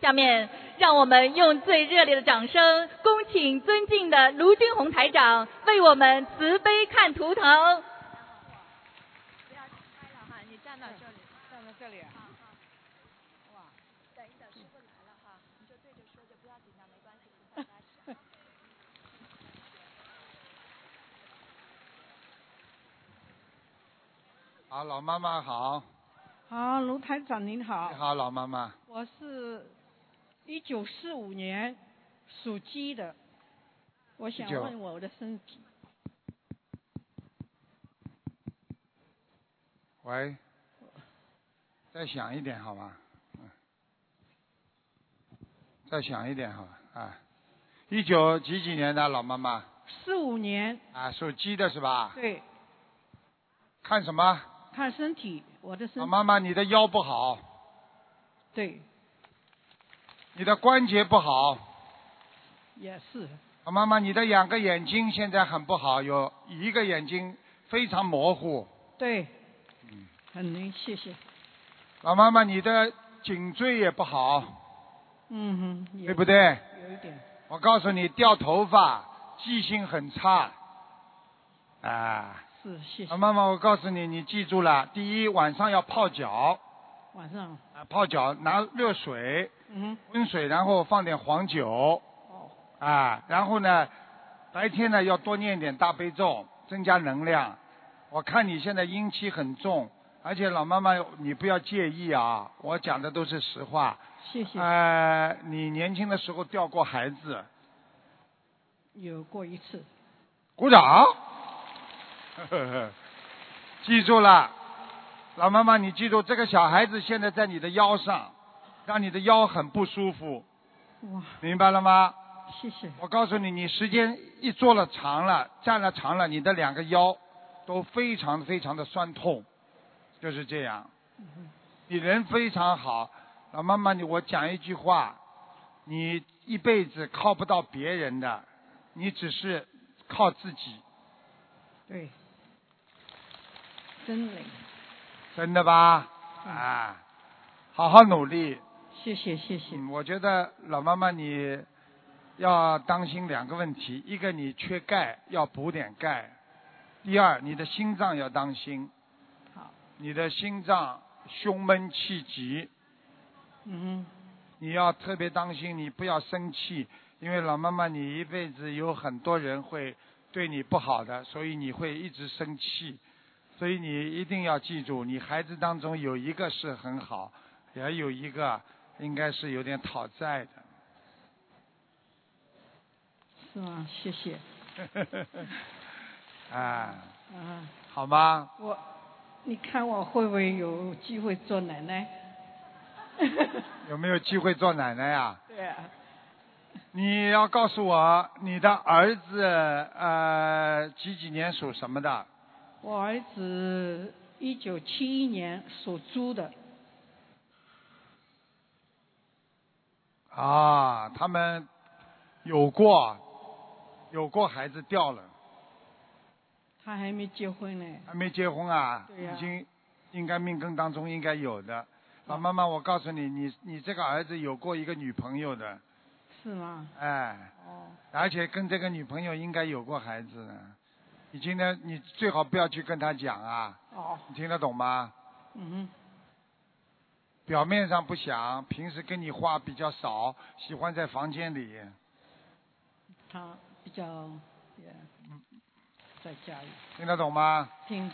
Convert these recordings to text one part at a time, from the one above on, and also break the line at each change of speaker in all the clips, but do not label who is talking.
下面，让我们用最热烈的掌声，恭请尊敬的卢军红台长为我们慈悲看图腾。
不要去拍了哈，你站到这里，
站到 这里啊，
哇，等一等，师傅来了哈，你就对着说，就不要紧张，没关系，不怕大事。
好，老妈妈好，
好，卢台长您好
你，好，老妈妈，
我是一九四五年属鸡的，我想
19
问我的身体，
喂，再响一点好吗？嗯，再响一点好吧？啊，一九几几年的老妈妈
四五年
啊，属鸡的是吧？
对，
看什么？
看身体，我的
老
身体
妈妈，你的腰不好，
对
你的关节不好，
也是
老啊妈妈，你的两个眼睛现在很不好，有一个眼睛非常模糊。
对，
嗯，
很能谢谢，
老妈妈，你的颈椎也不好，
嗯哼，也
对不对？
有一点，
我告诉你，掉头发，记性很差。啊，
是谢
老
谢，
妈妈，我告诉你，你记住了，第一晚上要泡脚，
晚上，
啊，泡脚拿热水、
嗯
温水，然后放点黄酒，
哼，哦，
啊，然后呢，白天呢要多念点大悲咒，增加能量。我看你现在阴气很重，而且老妈妈你不要介意啊，我讲的都是实话。
谢谢，
呃，你年轻的时候掉过孩子，
有过一次，
鼓掌。 记住了，老妈妈，你记住，这个小孩子现在在你的腰上，让你的腰很不舒服，
哇，
明白了吗？
谢谢，
我告诉你，你时间一坐了长了，站了长了，你的两个腰都非常非常的酸痛，就是这样。
嗯哼，
你人非常好，老妈妈，你我讲一句话，你一辈子靠不到别人的，你只是靠自己，
对，真灵，
真的吧？啊，好好努力。
谢谢谢谢，
嗯，我觉得老妈妈你要当心两个问题，一个你缺钙，要补点钙；第二，你的心脏要当心，
好，
你的心脏胸闷气急，
嗯
你要特别当心，你不要生气，因为老妈妈你一辈子有很多人会对你不好的，所以你会一直生气，所以你一定要记住，你孩子当中有一个是很好，也有一个应该是有点讨债的。
哼，是吗？谢 谢，
啊，
啊。
好吗？
我，你看我会不会有机会做奶奶？
有没有机会做奶奶呀、
对啊，
你要告诉我你的儿子呃几几年属什么的？
我儿子一九七一年属猪的，
啊，他们有过有过孩子掉了，
他还没结婚呢。
还没结婚啊，
对呀
已经应该命根当中应该有的。老妈妈，我告诉你，你你这个儿子有过一个女朋友的，
是吗？
哎，
哦，
而且跟这个女朋友应该有过孩子的。你今天你最好不要去跟他讲啊，
哦，
你听得懂吗？
嗯
表面上不想，平时跟你话比较少，喜欢在房间里。
哼，他比较也在家里
听得懂吗？
听，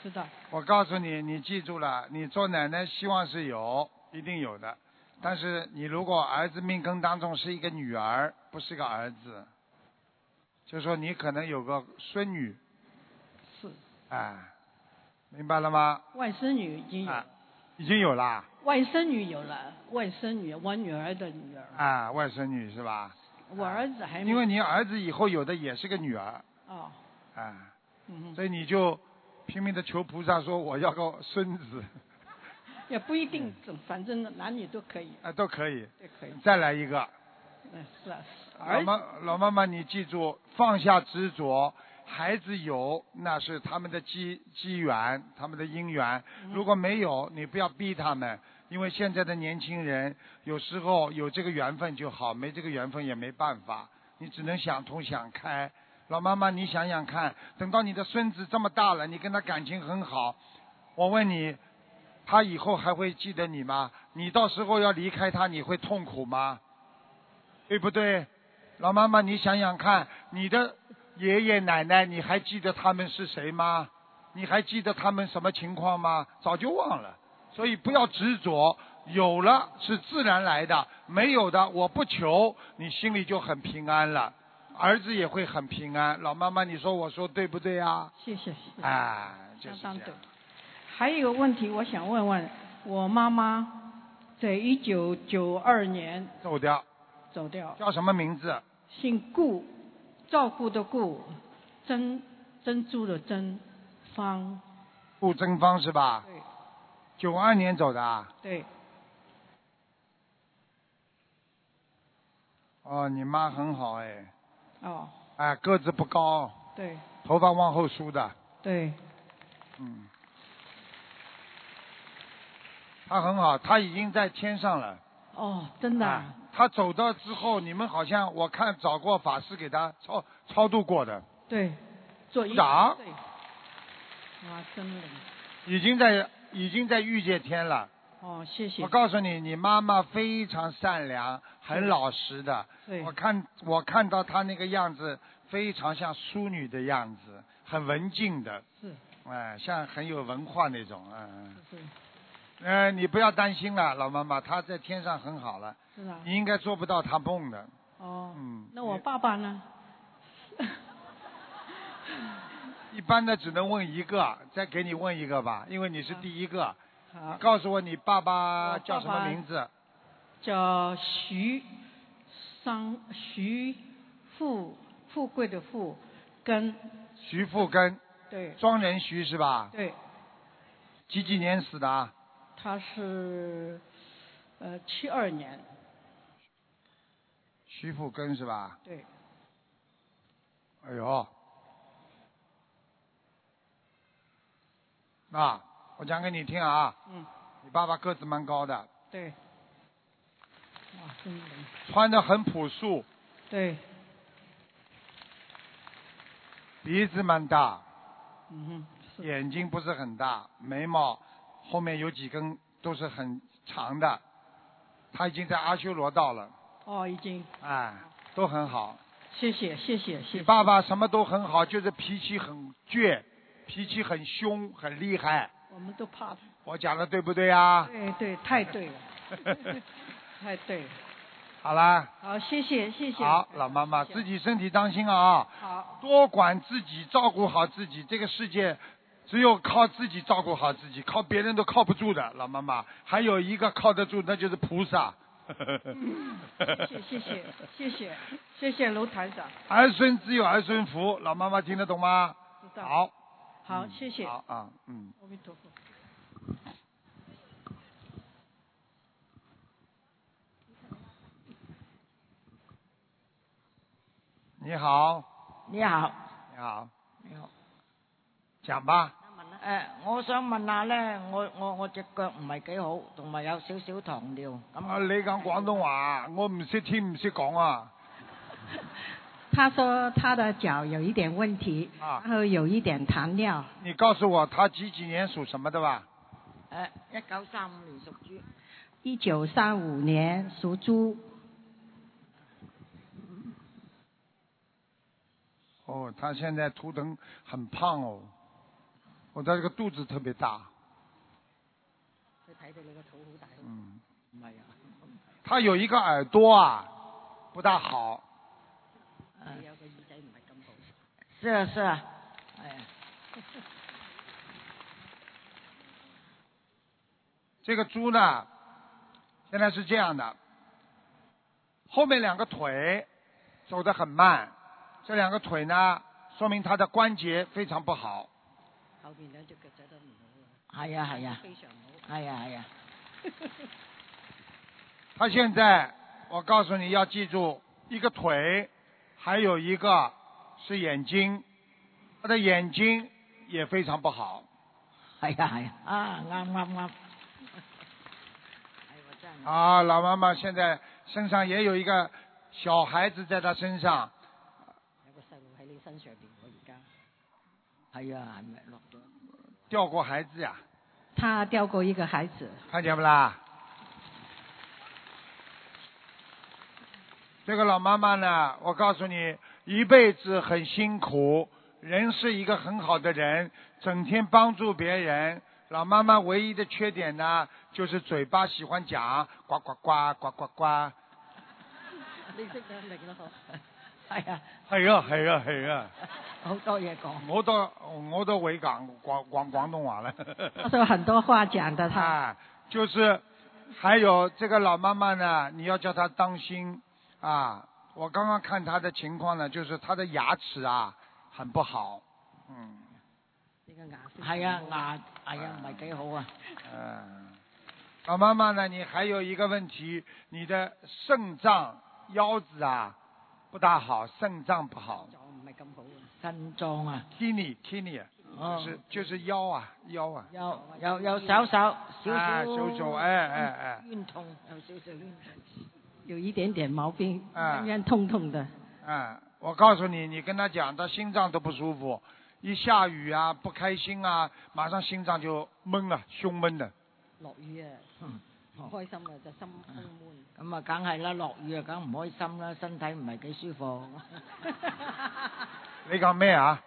知道，
我告诉你，你记住了，你做奶奶希望是有，一定有的。但是你如果儿子命根当中是一个女儿，不是个儿子，就说你可能有个孙女，
是
哎，明白了吗？
外甥女已经有，
啊，已经有啦，
外甥女有了，外甥女，我女儿的女儿，
啊，外孙女是吧？
我儿子还没。
因为你儿子以后有的也是个女儿，
哦，
啊，
嗯哼，
所以你就拼命的求菩萨说我要个孙子，
也不一定，
嗯
反正男女都可以，
啊，都可以，
都可以。
再来一个。
嗯，是啊，是
老
儿子
妈老妈妈，你记住，放下执着，孩子有那是他们的机机缘，他们的因缘。如果没有，你不要逼他们，因为现在的年轻人有时候有这个缘分就好，没这个缘分也没办法，你只能想通想开。老妈妈，你想想看，等到你的孙子这么大了，你跟他感情很好，我问你，他以后还会记得你吗？你到时候要离开他，你会痛苦吗？对不对？老妈妈，你想想看，你的爷爷奶奶，你还记得他们是谁吗？你还记得他们什么情况吗？早就忘了，所以不要执着，有了是自然来的，没有的我不求，你心里就很平安了，儿子也会很平安。老妈妈，你说我说对不对啊？
谢谢，谢谢。
哎，就是
相
这样。
当对。还有一个问题，我想问问我妈妈，在一九九二年
走掉，
走掉，
叫什么名字？
姓顾，照顾的顾，珍珍珠的珍，芳，
顾贞芳是吧？
对
九二年走的啊。
对，
哦，你妈很好哎，
哦，
哎，个子不高，
对
头发往后梳的，
对，
嗯。她很好，她已经在天上了。
哦，真的啊、
啊他走到之后，你们好像我看找过法师给他超超度过的，
对，做一
长
对，哇，真的，
已经在已经在御界天了。
哦，谢谢
我，告诉你，你妈妈非常善良，很老实的。
对
我，看我看到她那个样子，非常像淑女的样子，很文静的，
是
哎、像很有文化那种，嗯、
是
嗯，呃，你不要担心了，老妈妈，她在天上很好了，
是吧？
你应该做不到她梦的，
哦，
嗯
那我爸爸呢？
一般的只能问一个，再给你问一个吧，因为你是第一个。你
好，
告诉我你爸爸
我
叫什
爸
么
爸
名字？
叫徐商徐富富贵的富跟
徐富根，
对
庄人徐是吧？
对，
几几年死的啊？
他是呃七二年
徐富根是吧？
对
哎呦，啊，我讲给你听啊，
嗯
你爸爸个子蛮高的，
对，哇真的
穿的很朴素，
对
鼻子蛮大，
嗯哼是
眼睛不是很大，眉毛后面有几根都是很长的，他已经在阿修罗道了，
哦已经
哎，都很好。
谢谢谢谢谢
你
谢
爸爸什么都很好，就是脾气很倔，脾气很凶，很厉害。
我们都怕他。
我讲的对不对啊？
对对，太对了，太对了。
好啦，
好，谢谢谢谢。
好，老妈妈，
谢谢
自己身体当心啊，
好，
多管自己，照顾好自己。这个世界只有靠自己照顾好自己，靠别人都靠不住的，老妈妈。还有一个靠得住，那就是菩萨。
嗯谢谢谢谢谢谢谢谢卢台长，
儿孙自有儿孙福，老妈妈听得懂吗？
知道。，
好，
好，
嗯
谢谢。
好啊，嗯。
阿弥陀佛。
你好，
你好，
你好，
你好。
讲吧。
誒、我想問下咧，我我我只腳唔係幾好，同埋有少少糖尿，咁
啊，
我
你讲广东话啊，我唔识听唔识讲啊。
他说他的脚有一点问题，
啊
然后有一点糖尿，
你告诉我他几几年属什么的吧？
誒一九三五年屬豬，
一九三五年属猪，
哦，他现在图腾很胖哦，我的这个肚子特别大。
佢睇到你個肚好大，
嗯，
唔係啊，
他有一个耳朵啊，不大好。
你誒有個耳仔唔係咁好。是啊是啊， 係啊，
这个猪呢，现在是这样的，后面两个腿走得很慢，这两个腿呢，说明他的关节非常不好。
後邊兩隻腳仔都唔好啊。係啊係啊，非常好。 係啊係啊，
他现在，我告诉你要记住，一个腿，还有一个是眼睛，他的眼睛也非常不好。
係啊係啊，啊啱啱啱。
啊，老妈妈现在身上也有一个小孩子在她身上，
有個細路喺你身上邊，我而家係啊，係咪落咗？
掉过孩子呀、
他掉过一个孩子，
看见不啦？这个老妈妈呢，我告诉你，一辈子很辛苦。人是一个很好的人，整天帮助别人。老妈妈唯一的缺点呢，就是嘴巴喜欢讲呱呱呱呱呱呱。
你識得明啦，嗬
哎
係啊，
係啊係啊係啊！
好多嘢講。
我都我都會講廣廣廣東話了。
他说很多话讲的他，
啊，就是还有这个老妈妈呢，你要叫她当心啊！我刚刚看她的情况呢，就是她的牙齿啊很不好，嗯，
係啊，牙係啊，唔係幾好啊。
嗯，老妈妈呢，你还有一个问题，你的肾脏腰子啊不大好，肾脏不好
就唔係咁好啊。腎臟啊，
，kidney kidney 就
哦
是就是腰啊腰啊，
有有有手手少
啊
少
手手哎哎哎
冤痛有少少冤痛。
有一点点毛病，
啊
冤冤痛痛的。
嗯，我告诉你，你跟他讲，他心脏都不舒服，一下雨啊，不开心啊，马上心脏就闷啊，胸闷的。
落雨啊，
嗯好
开心啊，就心胸闷。
咁啊，梗係啦，落雨啊，梗唔開心啦，身體唔係幾舒服。
你讲咩啊？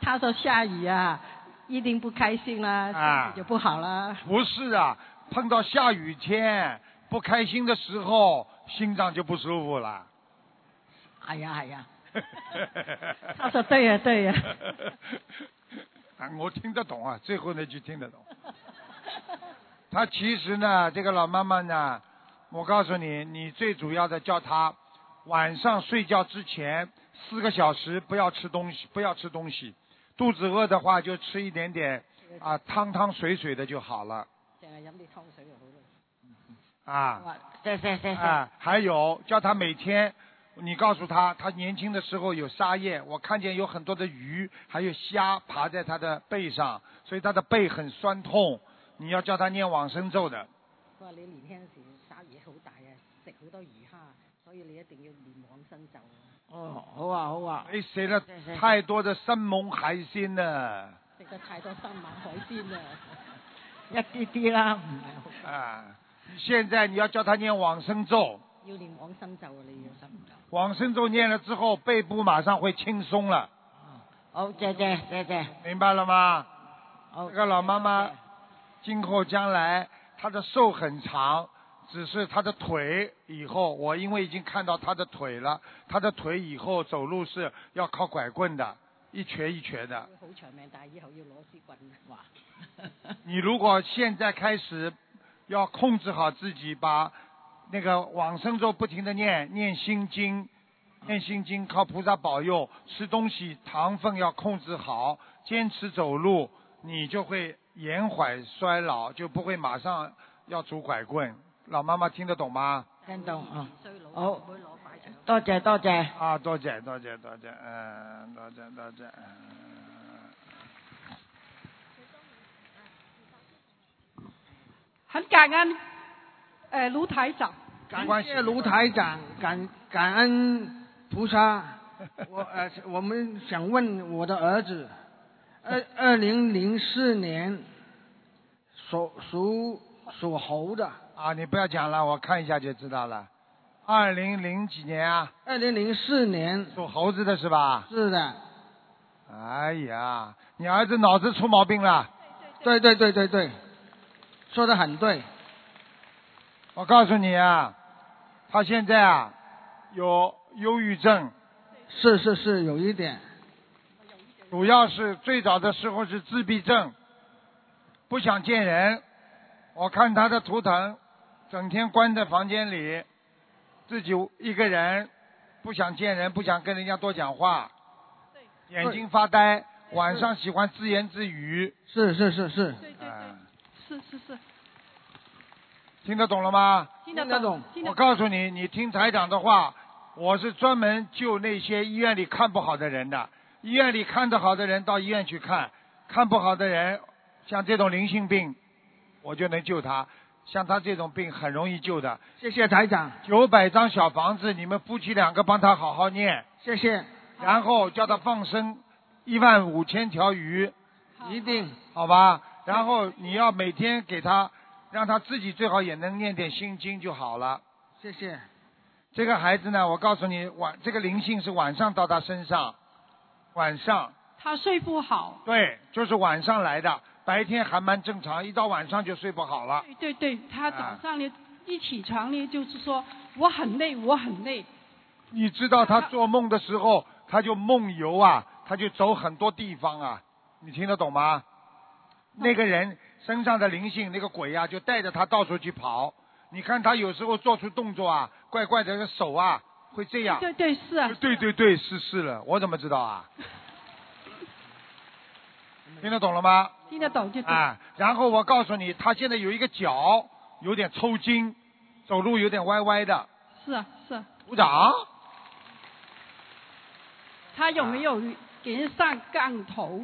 他说下雨啊，一定不开心啦，
啊
身体就不好啦。
不是啊，碰到下雨天不开心的时候，心脏就不舒服了。
係
哎
啊係啊，
他说对呀、对呀、
啊，我听得懂啊，最后那句听得懂。他其实呢，这个老妈妈呢，我告诉你，你最主要的叫她晚上睡觉之前四个小时不要吃东西，不要吃东西，肚子饿的话就吃一点点啊汤汤水水的就好了
净系饮啲汤水就好啦。
啊。
哇，謝謝謝謝。
啊，还有叫他每天，你告诉他，他年轻的时候有沙叶，我看见有很多的鱼，还有虾爬在他的背上，所以他的背很酸痛。你要叫他念往生咒的，
佢話你年輕時沙嘢好大啊，食好多魚蝦，所以你一定要練往生咒。
哦，好啊好啊。
哎，谁了
是是是
太多的生猛海啊鲜呢？
食得太多生猛海鮮啊啦，
一啲啲啦，唔係好
啊，现在你要叫他念往生咒，
要練往生咒啊！你要
心㗎。
往生咒念了之后，背部马上会轻松了，
哦好，謝謝謝謝。
明白了吗？
好，
这个老妈妈今后将来她的寿很长，只是她的腿以后，我因为已经看到她的腿了，她的腿以后走路是要靠拐棍的，一瘸一瘸的。
好長命，但係以後要攞支棍。啊哇！
你如果现在开始要控制好自己，把那个往生咒不停的念，念心经，念心经靠菩萨保佑，吃东西糖分要控制好，坚持走路，你就会延缓衰老，就不会马上要拄拐棍。老妈妈听得懂吗？
聽到啊，
衰老
好
唔會攞快槍。
多謝多謝。
啊，哦多谢多谢多谢，嗯，多谢多谢。嗯
很感恩，呃，卢台长，
没
感
关系
谢卢台长，感感恩菩萨。我呃，我们想问我的儿子，
呃
二二零零四年属属属猴的，
啊，你不要讲了，我看一下就知道了。二零零几年啊，
二零零四年
属猴子的是吧？
是的，
哎呀，你儿子脑子出毛病了。
对对对对对，说的很对，
我告诉你啊，他现在啊有忧郁症，
是是是有一点，
主要是最早的时候是自闭症，不想见人。我看他的图腾，整天关在房间里，自己一个人，不想见人，不想跟人家多讲话，眼睛发呆，晚上喜欢自言自语。
是是是是，
对对
哎
对，是是是，
听得懂了吗？
听得
听得
懂
懂，
听得
我
懂，
告诉你，你听台长的话，我是专门救那些医院里看不好的人的。医院里看得好的人到医院去看，看不好的人，像这种灵性病，我就能救他。像他这种病很容易救的。
谢谢台长，
九百张小房子，你们夫妻两个帮他好好念，
谢谢，
然后叫他放生一万五千条鱼，
一定
好吧？然后你要每天给他，让他自己最好也能念点心经就好了。
谢谢。
这个孩子呢，我告诉你，晚这个灵性是晚上到他身上，晚上
他睡不好，
对，就是晚上来的，白天还蛮正常，一到晚上就睡不好了。
对对对，他
啊
早上呢一起床呢就是说我很累，我很累，
你知道他做梦的时候，他就梦游啊，他就走很多地方啊，你听得懂吗？那个人身上的灵性，那个鬼呀、就带着他到处去跑。你看他有时候做出动作啊，怪怪的手啊会这样。
对对是啊，
对对对，是是了，我怎么知道啊？
嗯
听得懂了吗？
听得懂就懂。
啊，然后我告诉你，他现在有一个脚有点抽筋，走路有点歪歪的。
是啊是啊，
鼓掌。
他有没有给人上杠头？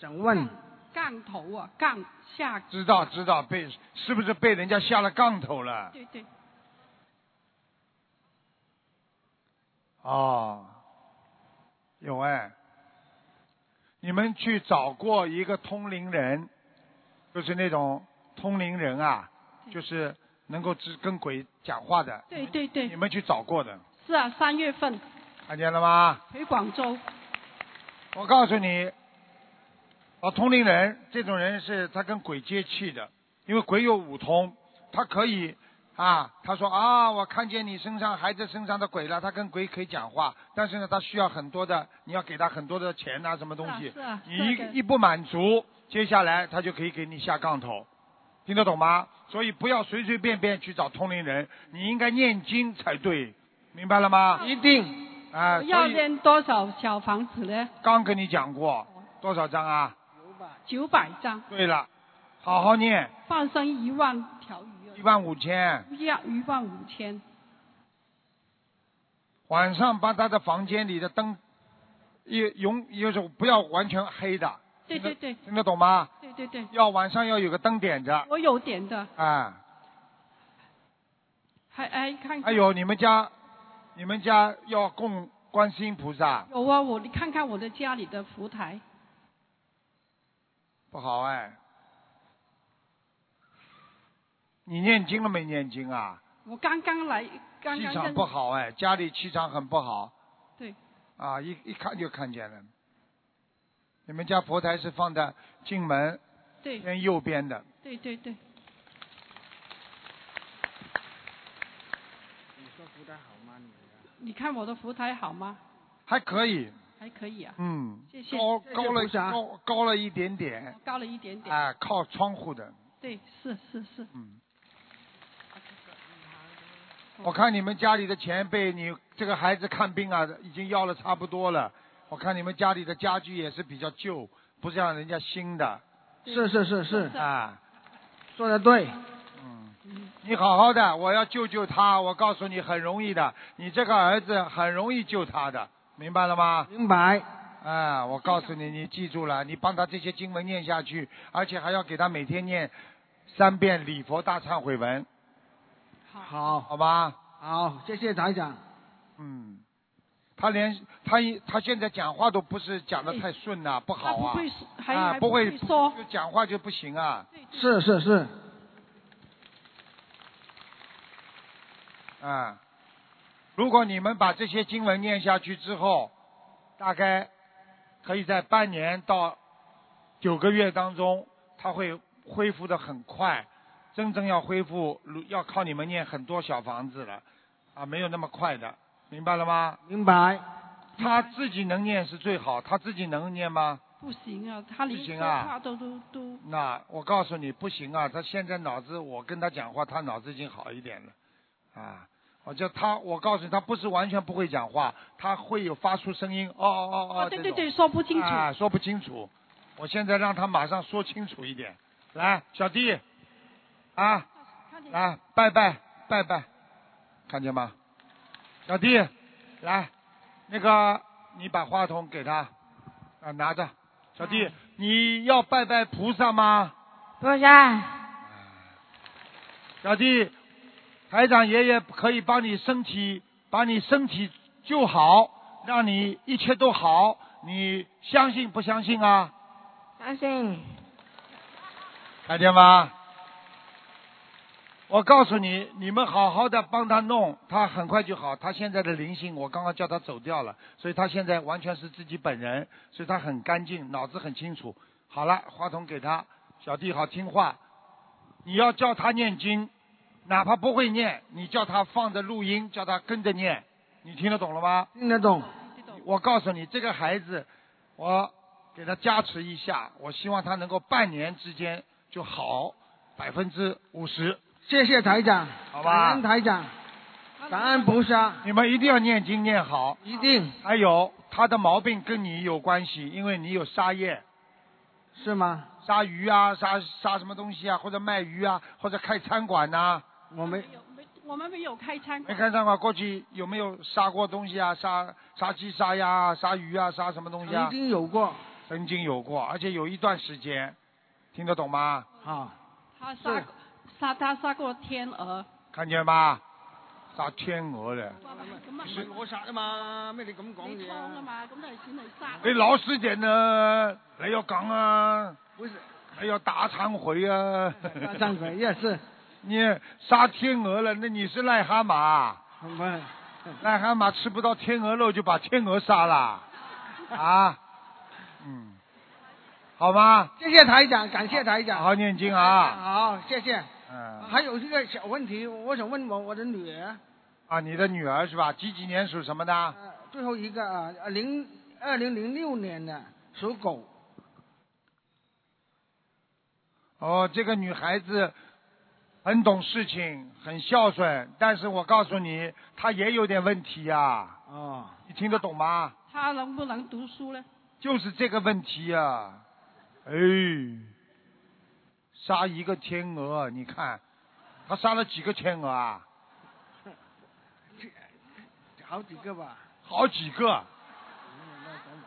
想问，
杠头啊，杠下。
知道知道，被是不是被人家下了杠头了？
对对，
哦，有哎，你们去找过一个通灵人，就是那种通灵人啊，就是能够只跟鬼讲话的。
对对对
你们去找过的，
是啊，三月份
看见了吗？
回广州，
我告诉你，啊，通灵人这种人是他跟鬼接气的，因为鬼有五通，他可以啊，他说啊，我看见你身上孩子身上的鬼了，他跟鬼可以讲话，但是呢，他需要很多的，你要给他很多的钱啊，什么东西，
是啊
你
是啊是啊
一一不满足，接下来他就可以给你下杠头，听得懂吗？所以不要随随便便去找通灵人，你应该念经才对，明白了吗？
一定
啊，
要
所以
扔多少小房子呢？
刚跟你讲过多少张啊？
九百张，
对了，好好念
放生一万条鱼
一
哦，
万五千，
一万一万五千。
晚上把他的房间里的灯，也永就是不要完全黑的，
对对对
听得懂吗？
对对对，
要晚上要有个灯点着，
我有点的，
啊，
还还看
还有哎你们家，你们家要供观世音菩萨，
有啊，我你看看我的家里的福台，
不好哎。你念经了没？念经啊？
我刚刚来，刚
气
刚
场
认
不好哎，家里气场很不好。
对。
啊，一一看就看见了。你们家佛台是放在进门
对
偏右边的，
对对对，
你说福袋好吗？你们
你看我的福台好吗？
还可以，
还可以啊，
嗯，
谢谢，
高
谢谢
高了
菩萨
高高了一点点
我，高了一点点，
啊，靠窗户的，
对，是是是，
嗯。
嗯
我看你们家里的钱被你这个孩子看病啊，已经要了差不多了。我看你们家里的家具也是比较旧，不是像人家新的
是是是是，
是
啊。
说的对，
你好好的，我要救救他。我告诉你，很容易的，你这个儿子很容易救他的，明白了吗？
明白。
啊，我告诉你，你记住了，你帮他这些经文念下去，而且还要给他每天念三遍礼佛大忏悔文，
好，
好吧？
好，谢谢台长。
嗯，他连他一他现在讲话都不是讲的太顺呐、不
他
好
不
啊，
会说，还、
啊
还
不会
会说，
就讲话就不行啊，
是是是，
啊，如果你们把这些经文念下去之后，大概可以在半年到九个月当中，他会恢复的很快。真正要恢复，如要靠你们念很多小房子了，啊，没有那么快的，明白了吗？
明白。
他自己能念是最好，他自己能念吗？
不行啊，他
不
连
行
说
啊
话都都都
那我告诉你不行啊，他现在脑子，我跟他讲话，他脑子已经好一点了，啊，我叫他，我告诉你，他不是完全不会讲话，他会有发出声音，哦哦哦哦，
啊，对对
这
对，
种，
说不清楚，
啊，说不清楚，我现在让他马上说清楚一点，来，小弟，啊，来，拜拜拜拜，看见吗？小弟，来，那个你把话筒给他，啊，拿着，
嗯
小弟，你要拜拜菩萨吗？
菩萨，
啊小弟，台长爷爷可以帮你身体，把你身体救好，让你一切都好，你相信不相信啊？
相信
看见吗？我告诉你，你们好好的帮他弄，他很快就好。他现在的灵性，我刚刚叫他走掉了，所以他现在完全是自己本人，所以他很干净，脑子很清楚。好了，话筒给他，小弟好听话。你要叫他念经，哪怕不会念，你叫他放着录音，叫他跟着念，你听得懂了吗？
听得懂？
我告诉你，这个孩子，我给他加持一下，我希望他能够半年之间就好百分之五十，
谢谢台长，
好
感
吧
恩？台长，感恩菩萨，
你们一定要念经念好。
啊一定
还有他的毛病跟你有关系，因为你有沙业，
是吗？
杀鱼啊，杀杀什么东西啊，或者卖鱼啊，或者开餐馆呐、
我们
有没我们没有开餐
没
馆，
开餐馆过去有没有杀过东西啊？杀杀鸡、杀鸭、啊、杀鱼啊，杀什么东西
曾
啊？
经有过，
曾经有过，而且有一段时间，听得懂吗？
好，
他杀过杀他杀过天鹅，
看见吧？杀天鹅的。
咁啊
是我殺啊嘛，咩你咁講
你
嘢
劏啊
啊？
嘛，咁就算你殺。
你哎老实点呢，你要讲啊，
不是，
还要打忏悔啊。
大 张嘴也是，
你杀天鹅了，那你是癞蛤蟆啊，
我们
癞蛤蟆吃不到天鹅肉就把天鹅杀 了，啊，嗯，好吗？
谢谢台长，感谢台
好
长，
好念经啊，
好，谢谢。
嗯，
还有一个小问题，我想问我我的女儿，
啊，你的女儿是吧？几几年属什么的？
呃，最后一个啊，零二零零六年的属狗，
哦，这个女孩子很懂事情，很孝顺，但是我告诉你，她也有点问题呀、
哦，
你听得懂吗？
他能不能读书呢？
就是这个问题呀、哎，杀一个天鹅，你看，他杀了几个天鹅啊？
好几个吧，嗯
好几个，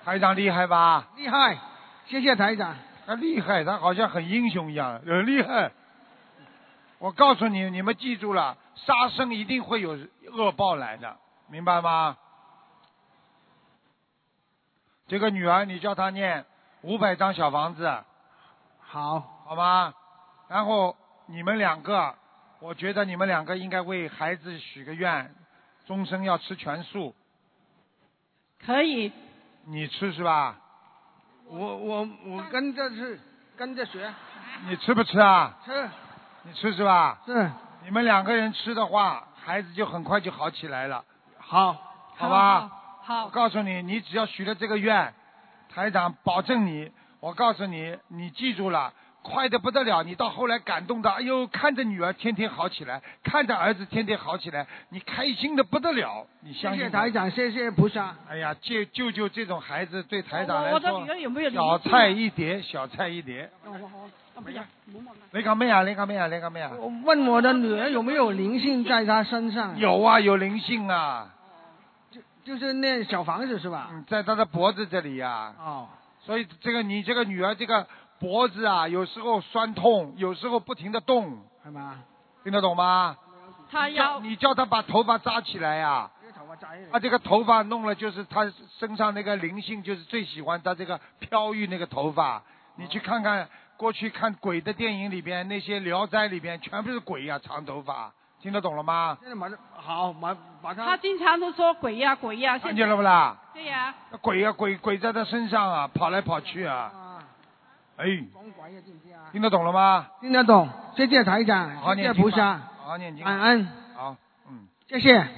台长厉害吧？
厉害，谢谢台长，
他厉害，他好像很英雄一样，很厉害。我告诉你，你们记住了，杀生一定会有恶报来的，明白吗？这个女儿，你叫她念五百张小房子，
好，
好吗？然后你们两个，我觉得你们两个应该为孩子许个愿，终生要吃全素。
可以，
你吃是吧？
我我我跟着是跟着学，
你吃不吃啊？
是
你吃是吧？
是，
你们两个人吃的话，孩子就很快就好起来了，
好，
好吧？我
好，
告诉你，你只要许了这个愿，台长保证你。我告诉你，你记住了，快的不得了。你到后来感动的，哎呦，看着女儿天天好起来，看着儿子天天好起来，你开心的不得了。你相信
谢谢
我
台长，谢谢菩萨，
哎呀，救救救这种孩子，对台长
我
来
我的女
说，
儿有没有灵
啊
小
性啊
菜一碟，小菜一碟。
我我我不要，唔好问啦
你讲咩啊？你讲咩啊？你讲咩啊？
我问我的女儿有没有灵性在她身上？，
有啊，有灵性啊，
就是那小房子是吧？
嗯，在他的脖子这里呀、
哦，
所以这个你这个女儿这个脖子啊，有时候酸痛，有时候不停的动，
系嘛？
听得懂吗？
他要
你叫她把头发扎起来呀、啊，
呢个头发仔
她这个头发弄了就是她身上那个灵性，就是最喜欢她这个飘逸那个头发。你去看看过去看鬼的电影里边，那些《聊斋》里边全部是鬼呀、长头发，听得懂了吗？
现在马上好马把
他
它
经常都说鬼呀、鬼呀、
看
现
见
在
了不啦？
对呀、
那鬼呀、鬼鬼在她身上啊，跑来跑去啊，
啊，
哎，
讲鬼啊，知唔知啊？
听得懂了吗？
听得懂，谢谢台
好
长，
好
谢
念
谢
经吧，
菩萨，
好好念经吧，
感恩，
好，嗯。
谢谢。
我妈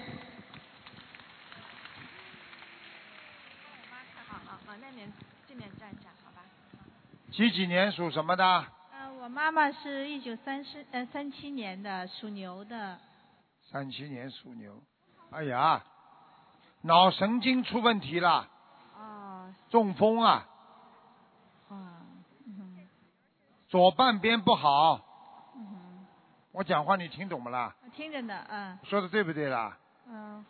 看好啊，往那边这面站一下，好吧？
几几年属什么的？
呃，我妈妈是一九三四呃三七年的，属牛的。
三七年属牛。哎呀，脑神经出问题了，
哦，
中风啊，
啊，嗯哼，
左半边不好。
嗯哼，
我讲话你听懂不啦？
我听着呢，嗯
说的对不对啦？
嗯，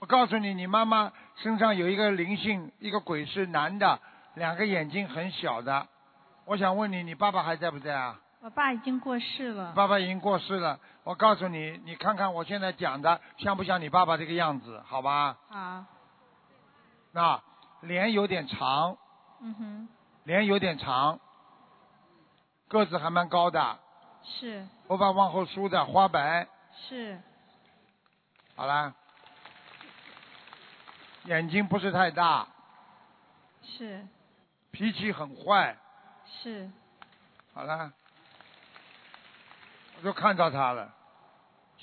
我告诉你，你妈妈身上有一个灵性，一个鬼是男的，两个眼睛很小的。我想问你，你爸爸还在不在啊？
我我爸已经过世了。
爸爸已经过世了，我告诉你，你看看我现在讲的像不像你爸爸这个样子？好吧？
好，
那脸有点长，
嗯哼，
脸有点长，个子还蛮高的，
是
头发往后梳的，花白，
是，
好啦。眼睛不是太大，
是
脾气很坏，
是，
好了，我就看到他了。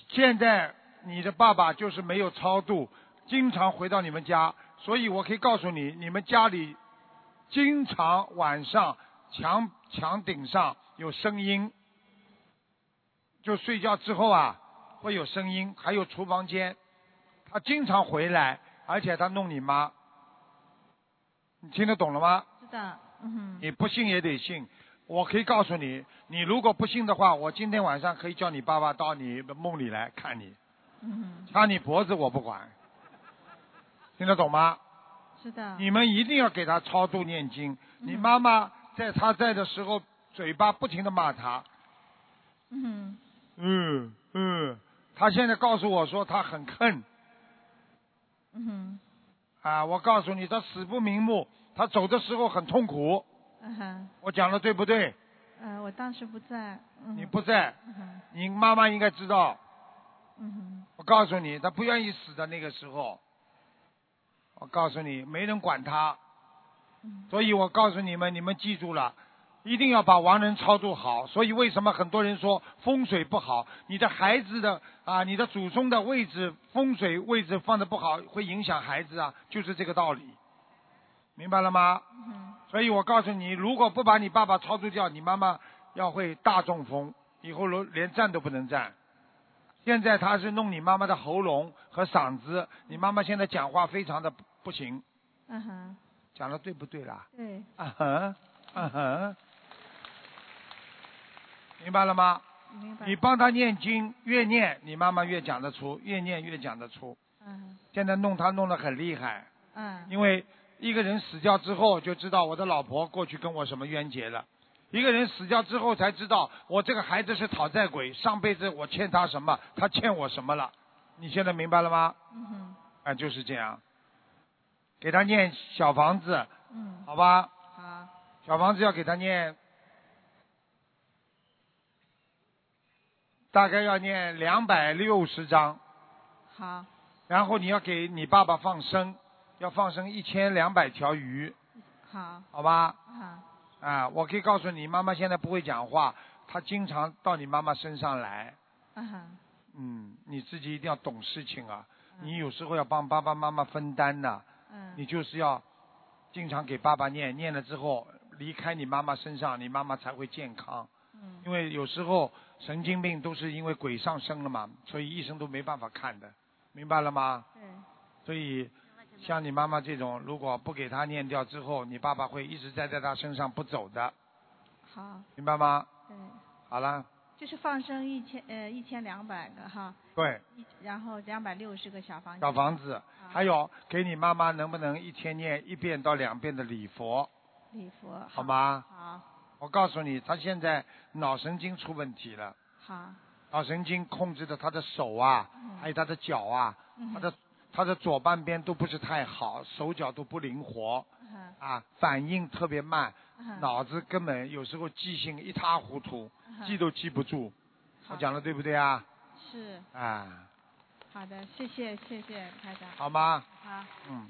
现在你的爸爸就是没有超度，经常回到你们家，所以我可以告诉你，你们家里经常晚上墙墙顶上有声音，就睡觉之后啊会有声音，还有厨房间，他经常回来，而且他弄你妈，你听得懂了吗？
知道，嗯哼，
你不信也得信。我可以告诉你，你如果不信的话，我今天晚上可以叫你爸爸到你梦里来看你，
嗯
掐你脖子我不管，听得懂吗？
哼，知
嗯
道，
你们一定要给他超度念经。你妈妈在他在的时候，嘴巴不停的骂他，
嗯哼，
嗯嗯，他现在告诉我说他很恨
嗯哼，
啊，我告诉你，他死不瞑目，他走的时候很痛苦。
嗯哼，
我讲的对不对？
呃，我当时不在，嗯，
你不在，
嗯哼，
你妈妈应该知道。
嗯哼，
我告诉你，他不愿意死的那个时候，我告诉你，没人管他。所以我告诉你们，你们记住了，一定要把亡人超度好。所以为什么很多人说风水不好？你的孩子的啊，你的祖宗的位置风水位置放的不好，会影响孩子啊，就是这个道理，明白了吗？
嗯哼，
所以我告诉你，如果不把你爸爸超度掉，你妈妈要会大中风，以后连连站都不能站。现在他是弄你妈妈的喉咙和嗓子，你妈妈现在讲话非常的不行，
嗯哼，
讲的对不对啦？
对，
啊哼，啊哼，明白了吗？
明白，
你帮他念经，越念你妈妈越讲得出，越念越讲得出。
嗯哼，
现在弄他弄得很厉害，
嗯，
因为一个人死掉之后就知道我的老婆过去跟我什么冤结了，一个人死掉之后才知道我这个孩子是讨债鬼，上辈子我欠他什么，他欠我什么了。你现在明白了吗？
嗯哼，
啊，就是这样。给他念小房子，
嗯，
好吧？
好，
小房子要给他念，大概要念两百六十章，
好，
然后你要给你爸爸放生，要放生一千两百条鱼，
好，
好吧？
好，
啊，我可以告诉你，妈妈现在不会讲话，她经常到你妈妈身上来。
嗯哼，
嗯，你自己一定要懂事情啊，
嗯
你有时候要帮爸爸妈妈分担呐、
嗯，
你就是要经常给爸爸念，念了之后离开你妈妈身上，你妈妈才会健康。
嗯，
因为有时候神经病都是因为鬼上身了嘛，所以医生都没办法看的，明白了吗？
对，
所以像你妈妈这种，如果不给她念掉之后，你爸爸会一直待在她身上不走的，
好，
明白吗？
对，
好了，
就是放生一千呃一千两百个哈，
对，
一然后两百六十个小房子
小，房子，
啊
还有给你妈妈能不能一天念一遍到两遍的礼佛，
礼佛，
好？吗？
好，
我告诉你，她现在脑神经出问题了，
好，啊
脑神经控制的她的手啊，
嗯
还有她的脚啊，她的她的左半边都不是太好，手脚都不灵活
嗯
啊，反应特别慢，
嗯，
啊脑子根本有时候记性一塌糊涂，
嗯
记都记不住。
好
我讲的对不对啊？
是
啊，
好的，谢谢谢谢台长，
好吗？
好，
嗯，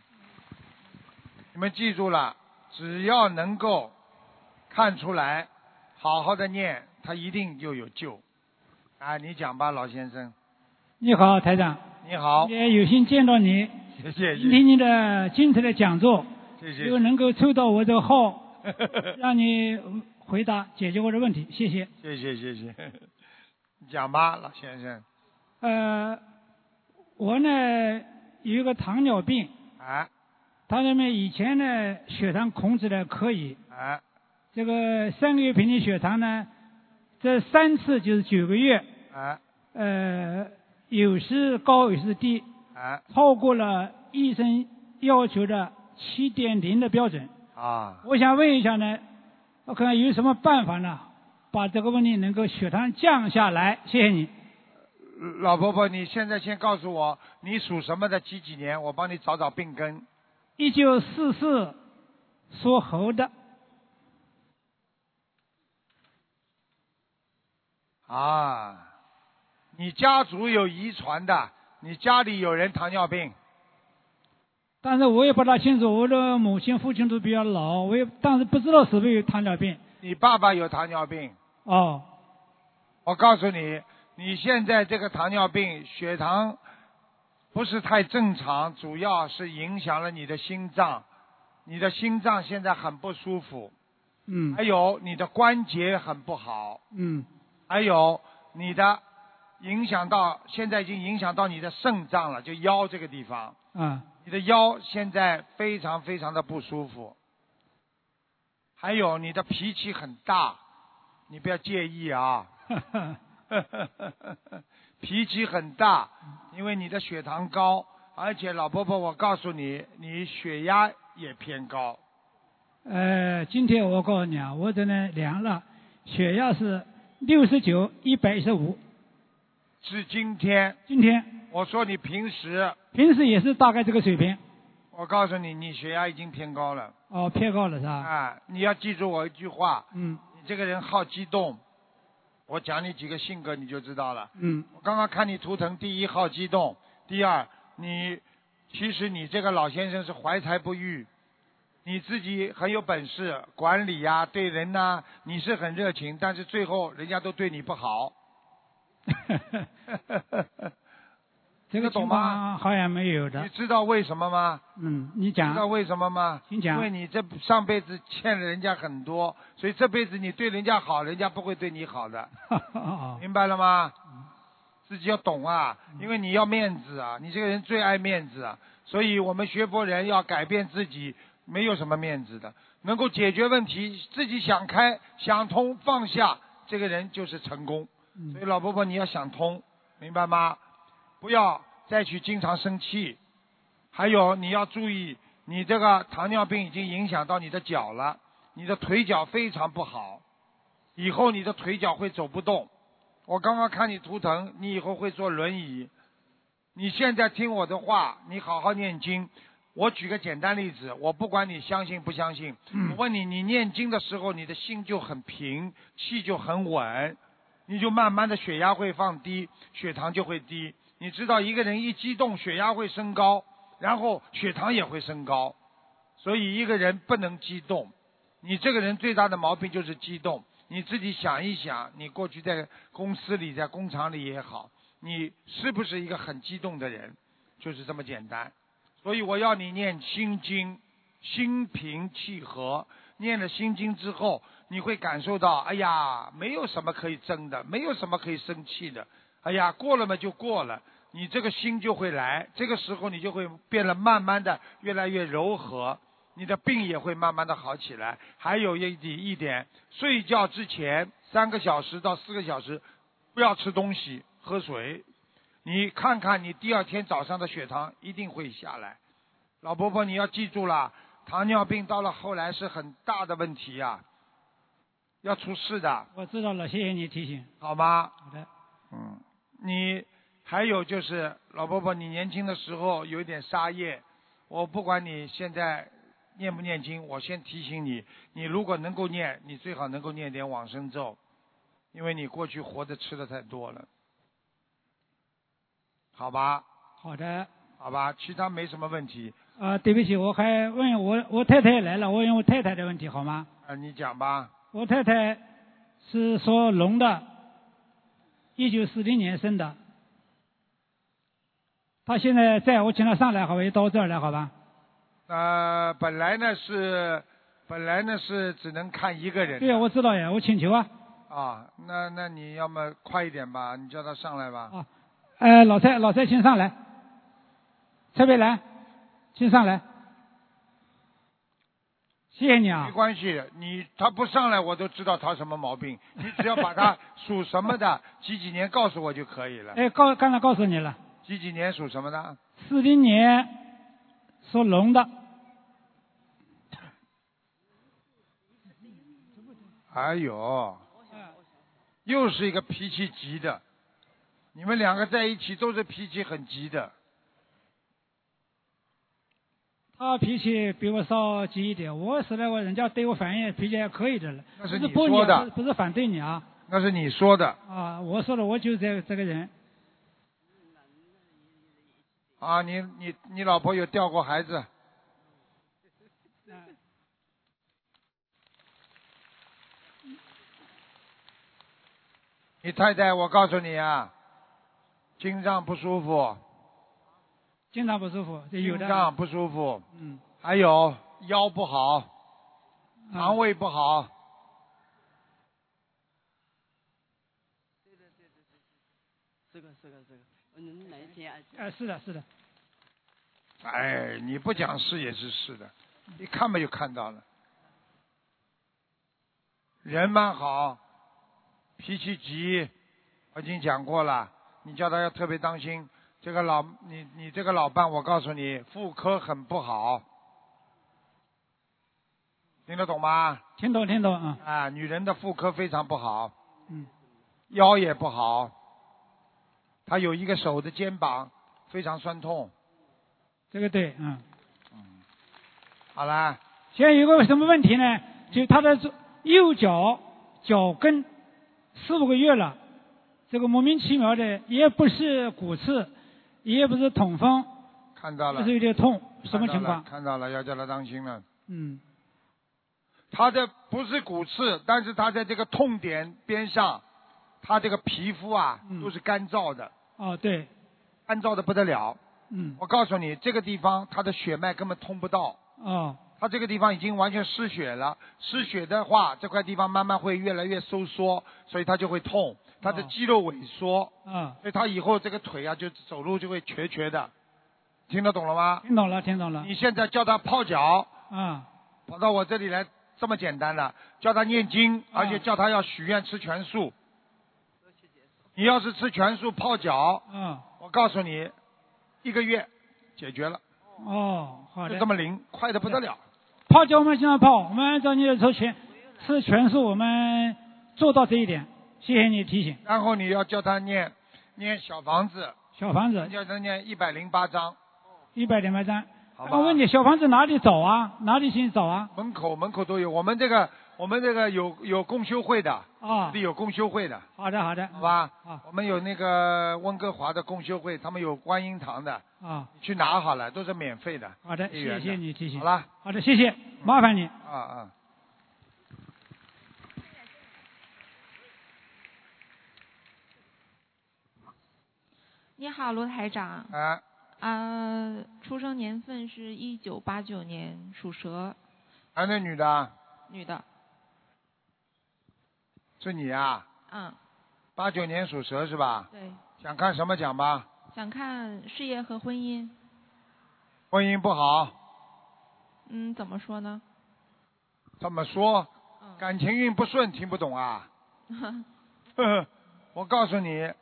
你们记住了，只要能够看出来，好好的念，他一定就有救。啊，你讲吧，老先生，
你好，台长，
你好，
也有幸见到你，
谢谢，谢
听你的精彩的讲座，
谢
又
谢，
能够抽到我的号，让你回答解决我的问题，谢谢。
谢谢，谢 谢，你讲吧，老先生，
呃，我呢有一个糖尿病，
啊
糖尿病以前呢血糖控制的可以，
啊
这个三个月平均血糖呢，这三次就是九个月，
啊
呃，有时高有时低，
啊
超过了医生要求的七点零的标准。
啊！
我想问一下呢，我看看有什么办法呢？把这个问题能够血糖降下来。谢谢你。
老婆婆，你现在先告诉我，你属什么的，几几年，我帮你找找病根。
一九四四，属猴的，
啊，你家族有遗传的，你家里有人糖尿病，
但是我也不大清楚，我的母亲、父亲都比较老，我也当时不知道是不是有糖尿病。
你爸爸有糖尿病。
哦，
我告诉你，你现在这个糖尿病血糖不是太正常，主要是影响了你的心脏，你的心脏现在很不舒服，
嗯
还有你的关节很不好，
嗯
还有你的影响到现在已经影响到你的肾脏了，就腰这个地方，
啊
你的腰现在非常非常的不舒服，还有你的脾气很大，你不要介意啊。 脾气很大，因为你的血糖高，而且老婆婆，我告诉你，你血压也偏高。
呃，今天我告诉你啊，我真的量了，血压是六十九一百一十五，
是今天，
今天
我说你平时，
平时也是大概这个水平，
我告诉你，你血压已经偏高了。
哦，偏高了是吧？
啊，你要记住我一句话，
嗯
你这个人好激动，我讲你几个性格你就知道了。
嗯
我刚刚看你图腾，第一好激动，第二你其实你这个老先生是怀才不遇，你自己很有本事，管理呀、对人呐、你是很热情，但是最后人家都对你不好。
这个
啊这懂
情
吗
况好像没有
你
的。
知道为什么吗？
嗯，你
知道
讲，
为什么吗？
请讲
因为你这上辈子欠了人家很多，所以这辈子你对人家好，人家不会对你好的，
哦
明白了吗？自己要懂啊，因为你要面子啊，你这个人最爱面子啊，所以我们学佛人要改变自己，没有什么面子的，能够解决问题，自己想开、想通、放下，这个人就是成功。所以老婆婆你要想通，明白吗？不要再去经常生气，还有你要注意，你这个糖尿病已经影响到你的脚了，你的腿脚非常不好，以后你的腿脚会走不动。我刚刚看你图腾，你以后会坐轮椅。你现在听我的话，你好好念经。我举个简单例子，我不管你相信不相信，我问你，你念经的时候，你的心就很平，气就很稳，你就慢慢的血压会放低，血糖就会低。你知道一个人一激动，血压会升高，然后血糖也会升高，所以一个人不能激动。你这个人最大的毛病就是激动。你自己想一想，你过去在公司里、在工厂里也好，你是不是一个很激动的人？就是这么简单。所以我要你念心经，心平气和。念了心经之后，你会感受到，哎呀，没有什么可以争的，没有什么可以生气的。哎呀，过了嘛就过了，你这个心就会来。这个时候你就会变得慢慢的越来越柔和，你的病也会慢慢的好起来。还有一点一点，睡觉之前三个小时到四个小时，不要吃东西，喝水。你看看你第二天早上的血糖一定会下来。老伯伯，你要记住了，糖尿病到了后来是很大的问题呀、要出事的，
我知道了，谢谢你提醒。
好吗？
好的，
嗯，你还有就是老伯伯，你年轻的时候有一点杀业，我不管你现在念不念经，我先提醒你，你如果能够念，你最好能够念点往生咒，因为你过去活着吃的太多了，好吧，
好的。
好吧，其他没什么问题，
啊，对不起，我还问我我太太来了，我问我太太的问题好吗？
啊、你讲吧，
我太太是说龙的，一九四零年生的，她现在在我请她上来好吧，也到这儿来好吧？
呃，本来呢是，本来呢是只能看一个人的，
对呀，我知道呀，我请求啊。
啊，那那你要么快一点吧，你叫他上来吧。
呃，老蔡，老蔡，请上来，蔡佩兰，请上来，谢谢你啊
没。关系，你他不上来，我都知道他什么毛病。你只要把他属什么的几几年告诉我就可以了。
哎，告刚才告诉你了，
几几年属什么的？
四零年属龙的，
哎呦，又是一个脾气急的，你们两个在一起都是脾气很急的。
他脾气比我稍急一点，我死了我人家对我反应脾气还可以的了。
那是
不
你
是不
说的
不是不是反对你啊
那是你说的
啊！我说了，我就是这个这个人，
啊，你你你老婆有掉过孩子？你太太，我告诉你啊，经常不舒服，
经常不舒服，这有
经
的。
常不舒服，
嗯，
还有腰不好，肠胃不好。
这个这个这个，嗯，哪一天啊？
呃，是的，是的。
哎，你不讲是也是是的，一看嘛就看到了。人蛮好，脾气急，我已经讲过了，你叫他要特别当心。这个老你你这个老伴，我告诉你，妇科很不好，听得懂吗？
听懂听懂啊。
啊，女人的妇科非常不好，
嗯，
腰也不好，她有一个手的肩膀非常酸痛。
这个对，嗯。
好啦，
现在有个什么问题呢？就他的左右脚脚跟四五个月了，这个莫名其妙的，也不是骨刺，也不是痛风，
看到了，
就是有点痛，什么
看到
情
了
况？
看到了，要叫他当心了。
嗯，
他的不是骨刺，但是他在这个痛点边上，他这个皮肤啊、
嗯
都是干燥的，
哦对，
干燥的不得了。
嗯，
我告诉你，这个地方他的血脉根本通不到，
哦，
他这个地方已经完全失血了。失血的话，这块地方慢慢会越来越收缩，所以他就会痛，他
哦
的肌肉萎缩，
啊，
所以他以后这个腿啊就走路就会瘸瘸的。听得懂了吗？
听懂了，听懂了，
你现在叫他泡脚，
啊，
跑到我这里来这么简单的，叫他念经，
啊
而且叫他要许愿吃全素。你要是吃全素泡脚，
嗯，
我告诉你，一个月解决了，
哦，好的。
就这么灵，快的不得了。
泡脚我们经常泡，我们按照你的说全吃全素，我们做到这一点。谢谢你提醒。
然后你要叫他念念小房子，
小房子
叫他念一百零八章，
一百零八张。
好吧
我问你，小房子哪里找啊？哪里先找啊？
门口门口都有。我们这个我们这个有有共修会的，
啊
这里有共修会的，
好的，好的。啊
好吧？
好
我们有那个温哥华的共修会，他们有观音堂的，
啊，
你去拿好了，都是免费的。
好的，
一
谢
元
谢你提醒。
好啦，
好的，谢谢，麻烦你。
啊啊。
你好，罗台长。
啊。
呃，出生年份是一九八九年，属蛇，
男的女的啊？
女的。
是你啊？
嗯，
八九年属蛇是吧？
对，
想看什么讲吧？
想看事业和婚姻。
婚姻不好，
嗯，怎么说呢？
怎么说？
嗯
感情运不顺，听不懂啊？呵呵， 我告诉你，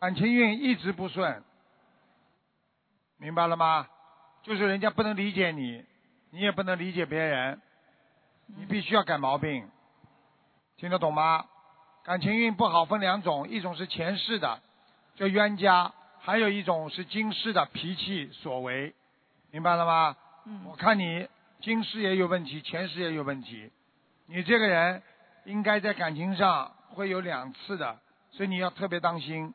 感情运一直不顺，明白了吗？就是人家不能理解你，你也不能理解别人，你必须要改毛病，听得懂吗？感情运不好分两种，一种是前世的，叫冤家；还有一种是今世的脾气所为，明白了吗？
嗯
我看你今世也有问题，前世也有问题，你这个人应该在感情上会有两次的，所以你要特别当心。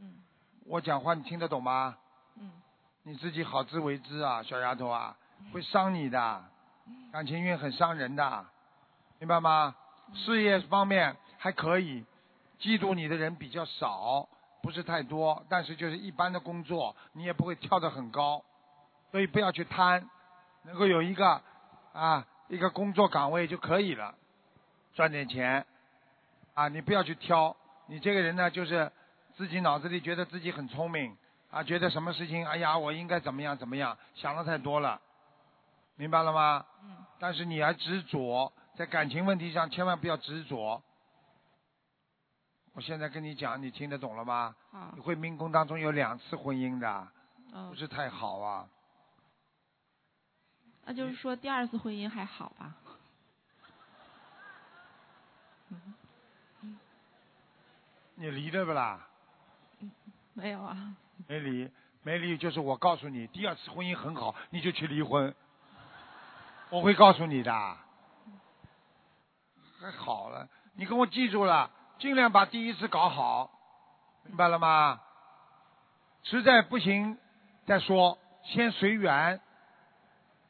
嗯
我讲话你听得懂吗？
嗯
你自己好自为之啊，小丫头啊，会伤你的，
嗯
感情运很伤人的，明白吗？
嗯
事业方面还可以，嫉妒你的人比较少，不是太多，但是就是一般的工作，你也不会跳得很高，所以不要去贪，能够有一个啊一个工作岗位就可以了，赚点钱，啊，你不要去挑，你这个人呢就是自己脑子里觉得自己很聪明。啊，觉得什么事情，哎呀，我应该怎么样怎么样，想的太多了，明白了吗？
嗯。
但是你要执着，在感情问题上千万不要执着。我现在跟你讲，你听得懂了吗？
好
你。会命宫当中有两次婚姻的，
嗯
不，是太好啊。
那就是说第二次婚姻还好吧？
你离对不啦？
没有啊，
没离，没离就是我告诉你，第二次婚姻很好，你就去离婚，我会告诉你的。还好了，你跟我记住了，尽量把第一次搞好，明白了吗？实在不行再说，先随缘，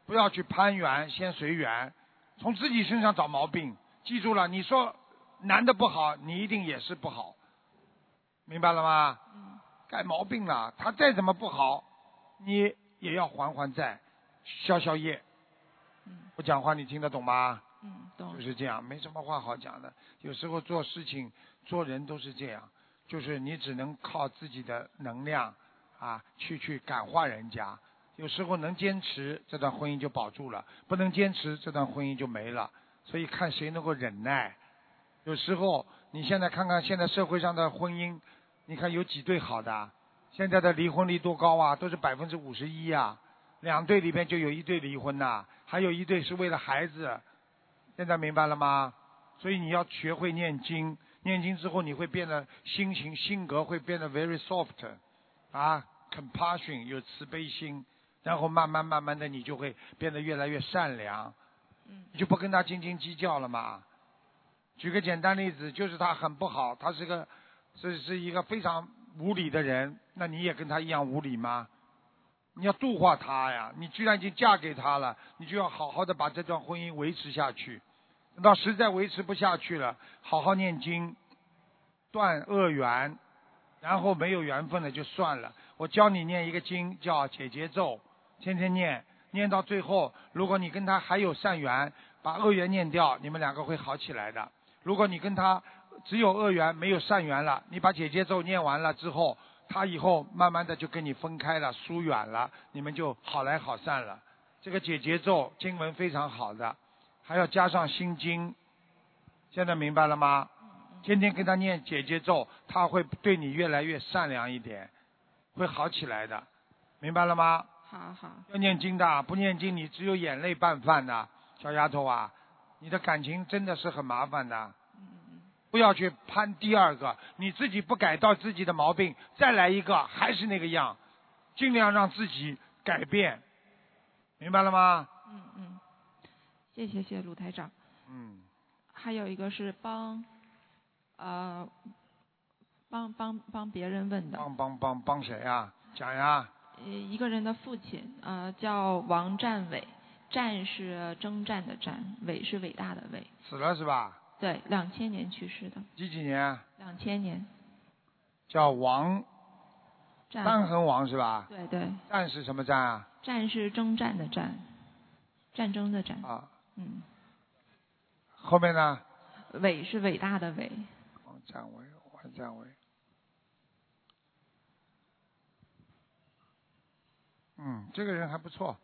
不要去攀缘，先随缘，从自己身上找毛病。记住了，你说男的不好，你一定也是不好，明白了吗？改毛病了，他再怎么不好，你也要还还债，消消业。我讲话你听得懂吗？
嗯，懂。
就是这样，没什么话好讲的。有时候做事情、做人都是这样，就是你只能靠自己的能量啊，去去感化人家。有时候能坚持，这段婚姻就保住了；不能坚持，这段婚姻就没了。所以看谁能够忍耐。有时候你现在看看现在社会上的婚姻，你看有几对好的？啊现在的离婚率多高啊？都是百分之五十一啊！两对里边就有一对离婚呐、还有一对是为了孩子。现在明白了吗？所以你要学会念经，念经之后你会变得心情、性格会变得 very soft，啊，compassion 有慈悲心，然后慢慢慢慢的你就会变得越来越善良，你就不跟他斤斤计较了嘛。举个简单例子，就是他很不好，他是个是是一个非常无理的人，那你也跟他一样无理吗？你要度化他呀！你居然已经嫁给他了，你就要好好的把这段婚姻维持下去。等到实在维持不下去了，好好念经，断恶缘，然后没有缘分了就算了。我教你念一个经叫解结咒，天天念，念到最后，如果你跟他还有善缘，把恶缘念掉，你们两个会好起来的。如果你跟他只有恶缘没有善缘了，你把解结咒念完了之后，他以后慢慢的就跟你分开了，疏远了，你们就好来好散了。这个解结咒经文非常好的，还要加上心经，现在明白了吗？天天跟他念解结咒，他会对你越来越善良一点，会好起来的，明白了吗？
好好，
要念经的，不念经你只有眼泪拌饭的，小丫头啊，你的感情真的是很麻烦的。不要去攀第二个，你自己不改掉自己的毛病，再来一个还是那个样，尽量让自己改变，明白了吗？
嗯嗯，谢谢谢谢卢台长。
嗯，
还有一个是帮，呃，帮帮帮别人问的，
帮帮帮帮谁啊？讲呀，
呃一个人的父亲，呃，叫王占伟，战是征战的战，伟是伟大的伟，
死了是吧？
对，两千年去世的，
几几年？
两千年，
叫王
战
单横王是吧？
对对，
战是什么战啊？
战是征战的战，战争的战，
啊，
嗯，
后面呢？
伟是伟大的伟，
王占伟，王占伟。嗯，这个人还不错，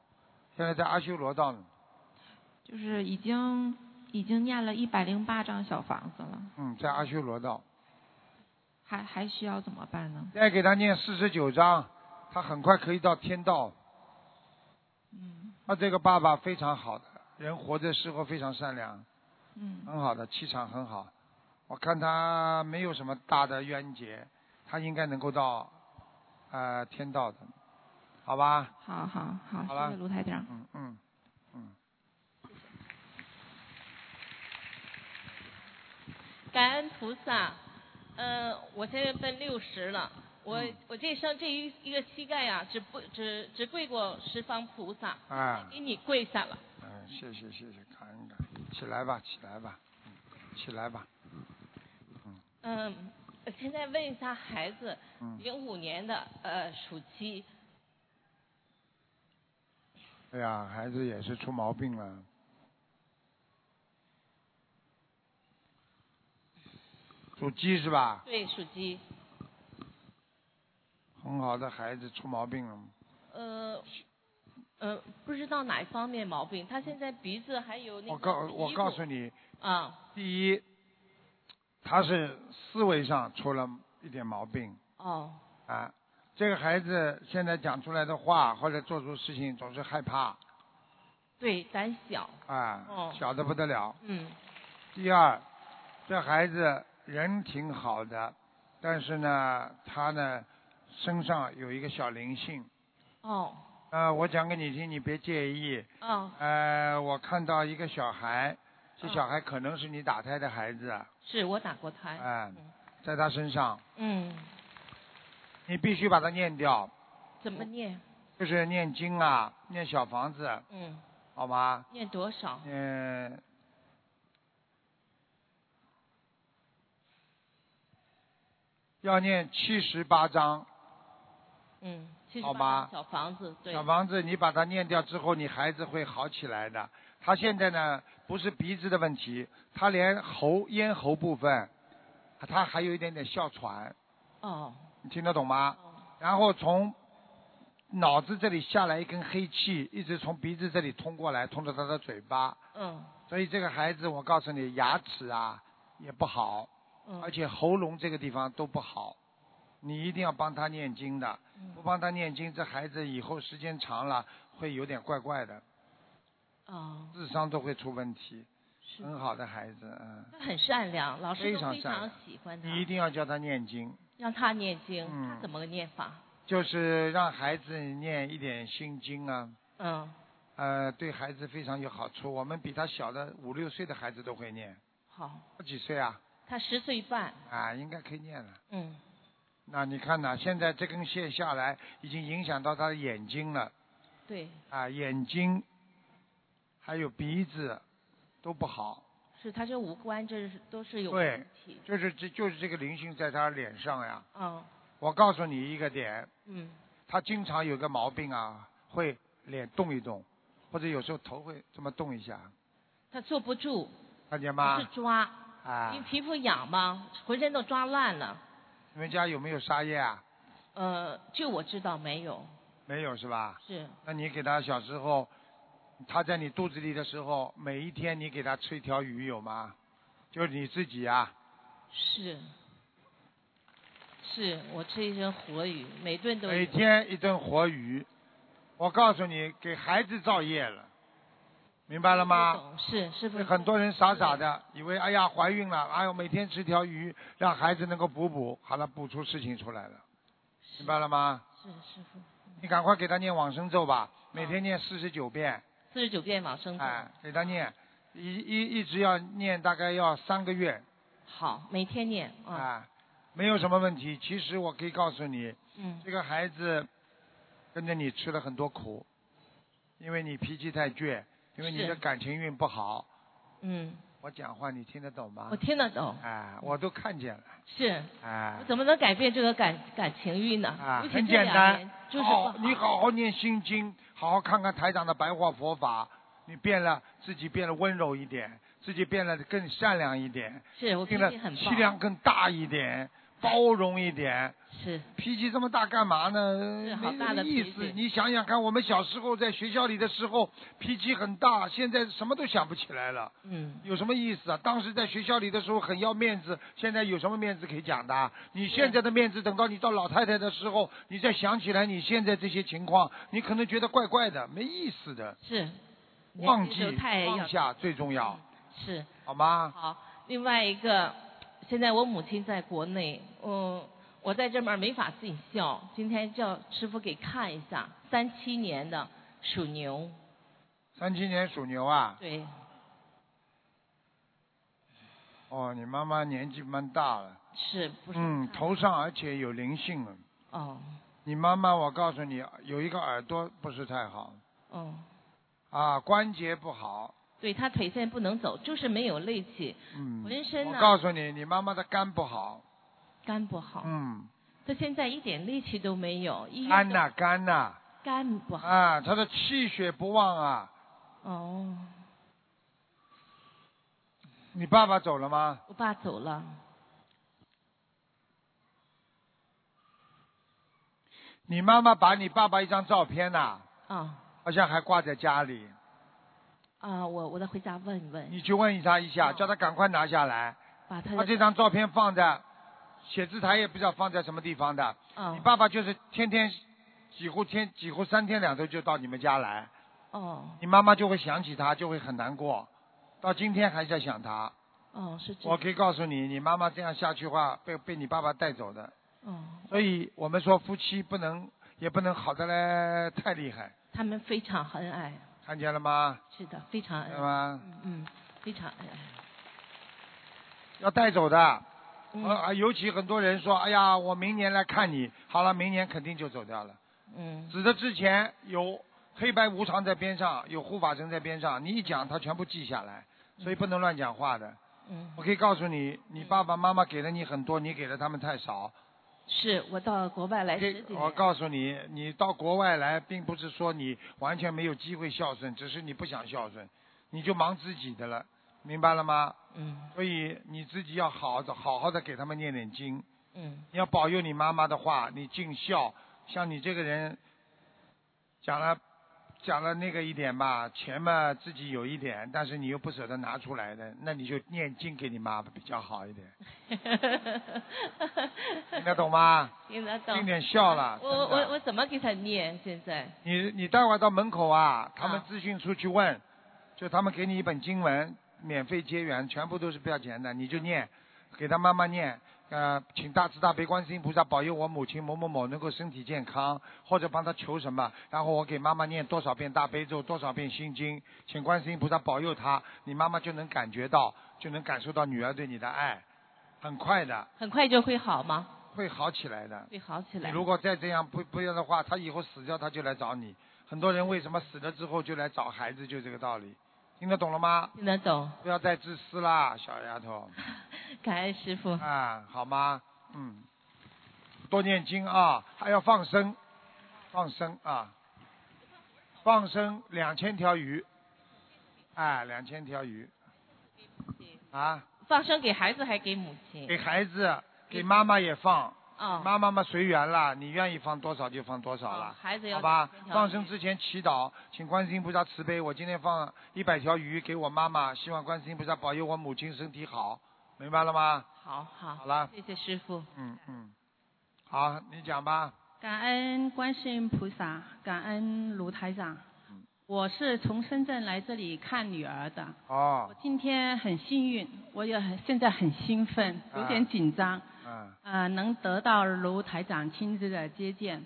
现在在阿修罗道呢。
就是已经已经念了一百零八张小房子了，
嗯，在阿修罗道。
还还需要怎么办呢？
再给他念四十九章，他很快可以到天道。嗯。他这个爸爸非常好的，人活着时候非常善良，
嗯
很好的气场很好。我看他没有什么大的冤结，他应该能够到呃天道的，好吧？
好好好，
好了
谢谢卢台长。
嗯嗯嗯。
感恩菩萨。嗯、我现在奔六十了，我、
嗯
我这一生这一一个膝盖呀、只不只只跪过十方菩萨，
啊，
给你跪下了。
嗯，谢谢谢谢，感恩感恩，起来吧起来吧，嗯起来吧，
嗯，我现在问一下孩子
嗯，
零五年的呃属鸡，
哎呀，孩子也是出毛病了。属鸡是吧？
对，属鸡。
很好的孩子出毛病了，
呃，呃，不知道哪一方面毛病，他现在鼻子还有那个
我告
皮
我
肤
告诉你，
啊，
第一，他是思维上出了一点毛病
哦，
啊。这个孩子现在讲出来的话或者做出事情总是害怕
对，胆小，
啊，
哦
小的不得了。
嗯，
第二，这孩子人挺好的，但是呢，他呢身上有一个小灵性。
哦，
啊，我讲给你听，你别介意。
哦，
呃，我看到一个小孩，这小孩可能是你打胎的孩子，
是我打过胎。
哎、在他身上，
嗯，
你必须把它念掉，
怎么念？
就是念经啊，念小房子，
嗯，
好吗？
念多少？
嗯，要念七十八章，
嗯，七十
好吧
小房子，对，
小房子你把它念掉之后，你孩子会好起来的。他现在呢，不是鼻子的问题，他连喉咽喉部分，他还有一点点哮喘，
哦，
你听得懂吗？然后从脑子这里下来一根黑气，一直从鼻子这里通过来，通到他的嘴巴。
嗯
所以这个孩子，我告诉你，牙齿啊也不好，
嗯，
而且喉咙这个地方都不好。你一定要帮他念经的，
嗯
不帮他念经，这孩子以后时间长了会有点怪怪的，
哦，
智商都会出问题。
是
很好的孩子，嗯。
他很善良，老师
非
都
常
非
善
常
良
喜欢他，
你一定要教他念经，
让他念经，
嗯
他怎么个念法？
就是让孩子念一点心经啊，
嗯，
呃，对孩子非常有好处。我们比他小的五六岁的孩子都会念，
好，
他几岁啊？
他十岁半，
啊，应该可以念了。
嗯，
那你看呐、现在这根线下来，已经影响到他的眼睛了
对，
啊，眼睛还有鼻子都不好。
是他这五官这是都是有
对
问题，，
就是这就是这个灵性在他脸上呀。
嗯
我告诉你一个点，
嗯，
他经常有个毛病啊，会脸动一动，或者有时候头会这么动一下，
他坐不住，
看见
不
吗
是？抓，
啊
因为，皮肤痒嘛，浑身都抓烂了。
你们家有没有沙叶啊？
呃，就我知道没有，
没有是吧？
是
那你给他小时候，他在你肚子里的时候，每一天你给他吃一条鱼有吗？就是你自己啊，
是是，我吃一身活鱼，每顿都有
每天一顿活鱼。我告诉你，给孩子造业了，明白了吗？
是是不
是？很多人傻傻的，以为哎呀怀孕了，哎呦每天吃条鱼，让孩子能够补补，好了补出事情出来了，明白了吗？
是嗯师傅
你赶快给他念往生咒吧，每天念四十九遍，
四十九遍往生咒，
哎，给他念，一一一直要念，大概要三个月。
好，每天念啊，
啊，没有什么问题。其实我可以告诉你，
嗯
这个孩子跟着你吃了很多苦，因为你脾气太倔，因为你
是
的感情运不好。
嗯，
我讲话你听得懂吗？
我听得懂，
哎，我都看见了，
是
哎
我。怎么能改变这个感感情运呢？
啊，
尤其
很
这
简
两
单
年，就是不
好，你好好念心经，好好看看台长的白话佛法，你变了，自己变得温柔一点，自己变得更善良一点，
是我脾
变得
气很暴
气量更大一点，包容一点。
是。
脾气这么大干嘛呢？
好
没
大
什
的
么意
脾
思
气。
你想想看，我们小时候在学校里的时候脾气很大，现在什么都想不起来了。
嗯，
有什么意思啊？当时在学校里的时候很要面子，现在有什么面子可以讲的啊？你现在的面子，等到你到老太太的时候，你再想起来你现在这些情况，你可能觉得怪怪的，没意思的。
是，
忘
年轻的
记
时候太要嗯
放下最重要，
是
好吗？
好，另外一个，现在我母亲在国内，嗯，我在这边没法尽孝，今天叫师傅给看一下，三七年的属牛，
三七年属牛啊，
对，
哦，你妈妈年纪蛮大了，
是不是？
嗯，头上而且有灵性了。
哦，
你妈妈，我告诉你，有一个耳朵不是太好
哦，
啊，关节不好，
对她腿现在不能走，就是没有力气，
嗯，
浑身
我
呢
告诉你，你妈妈的肝不好，
肝不好，
嗯，
她现在一点力气都没有，医
肝
院
呐、
都
肝呐、
肝不好，
啊，他的气血不旺啊。
哦，
你爸爸走了吗？
我爸走了，
你妈妈把你爸爸一张照片呐、
啊
好像还挂在家里，
啊，我我再回家问一问，
你去问他一下，叫他赶快拿下来。
哦把他
他啊这张照片放在写字台，也不知道放在什么地方的。
啊
你爸爸就是天天，几乎天几乎三天两头就到你们家来，
哦
你妈妈就会想起他，就会很难过，到今天还在想他。
哦。哦，是这
我
样。
可以告诉你，你妈妈这样下去的话，被被你爸爸带走的。
哦，
所以我们说夫妻不能，也不能好的嘞太厉害，
他们非常啊恩爱，
看见了吗？
是的，非常恩
对
爱。
吗？
嗯，非常恩爱。
要带走的。
嗯
啊、尤其很多人说，哎呀，我明年来看你，好了，明年肯定就走掉了。
嗯，
指的之前有黑白无常在边上，有护法神在边上，你一讲他全部记下来，所以不能乱讲话的。
嗯，
我可以告诉你，你爸爸妈妈给了你很多，你给了他们太少。
是我到国外来十几
我
年，
告诉你，你到国外来，并不是说你完全没有机会孝顺，只是你不想孝顺，你就忙自己的了，明白了吗？
嗯
所以你自己要好的好好的给他们念念经，
嗯
你要保佑你妈妈的话，你尽孝。像你这个人，讲了讲了那个一点吧，钱嘛自己有一点，但是你又不舍得拿出来的，那你就念经给你妈吧，比较好一点，听得懂吗？
听得懂。
尽点孝了。
我我
真的
我我怎么给他念？现在
你你待会儿到门口啊，他们咨询处去问，就他们给你一本经文，免费结缘，全部都是不要钱的，你就念，给他妈妈念。呃，请大慈大悲观世音菩萨保佑我母亲某某某能够身体健康，或者帮她求什么，然后我给妈妈念多少遍大悲咒，多少遍心经，请观世音菩萨保佑她，你妈妈就能感觉到，就能感受到女儿对你的爱，很快的，
很快就会好吗？
会好起来的。
会好起
你
来。
如果再这样不不要的话，他以后死掉他就来找你。很多人为什么死了之后就来找孩子，就这个道理。听得懂了吗？
听得懂。
不要再自私啦，小丫头。
感恩师傅。
啊，好吗？嗯，多念经啊，还要放生，放生啊，放生两千条鱼，哎，两千条鱼。啊，
放生给孩子还给母亲？
给孩子，给妈妈也放。
哦
妈妈嘛随缘啦，你愿意放多少就放多少啦。
孩子要
好吧
两千，条
放生之前祈祷，请观世音菩萨慈悲。我今天放一百条鱼给我妈妈，希望观世音菩萨保佑我母亲身体好，明白了吗？
好好。
好了，
谢谢师傅。
嗯嗯，好，你讲吧。
感恩观世音菩萨，感恩卢台长。我是从深圳来这里看女儿的。
哦
我，今天很幸运，我也很现在很兴奋，有点紧张。
嗯
啊、能得到卢台长亲自的接见。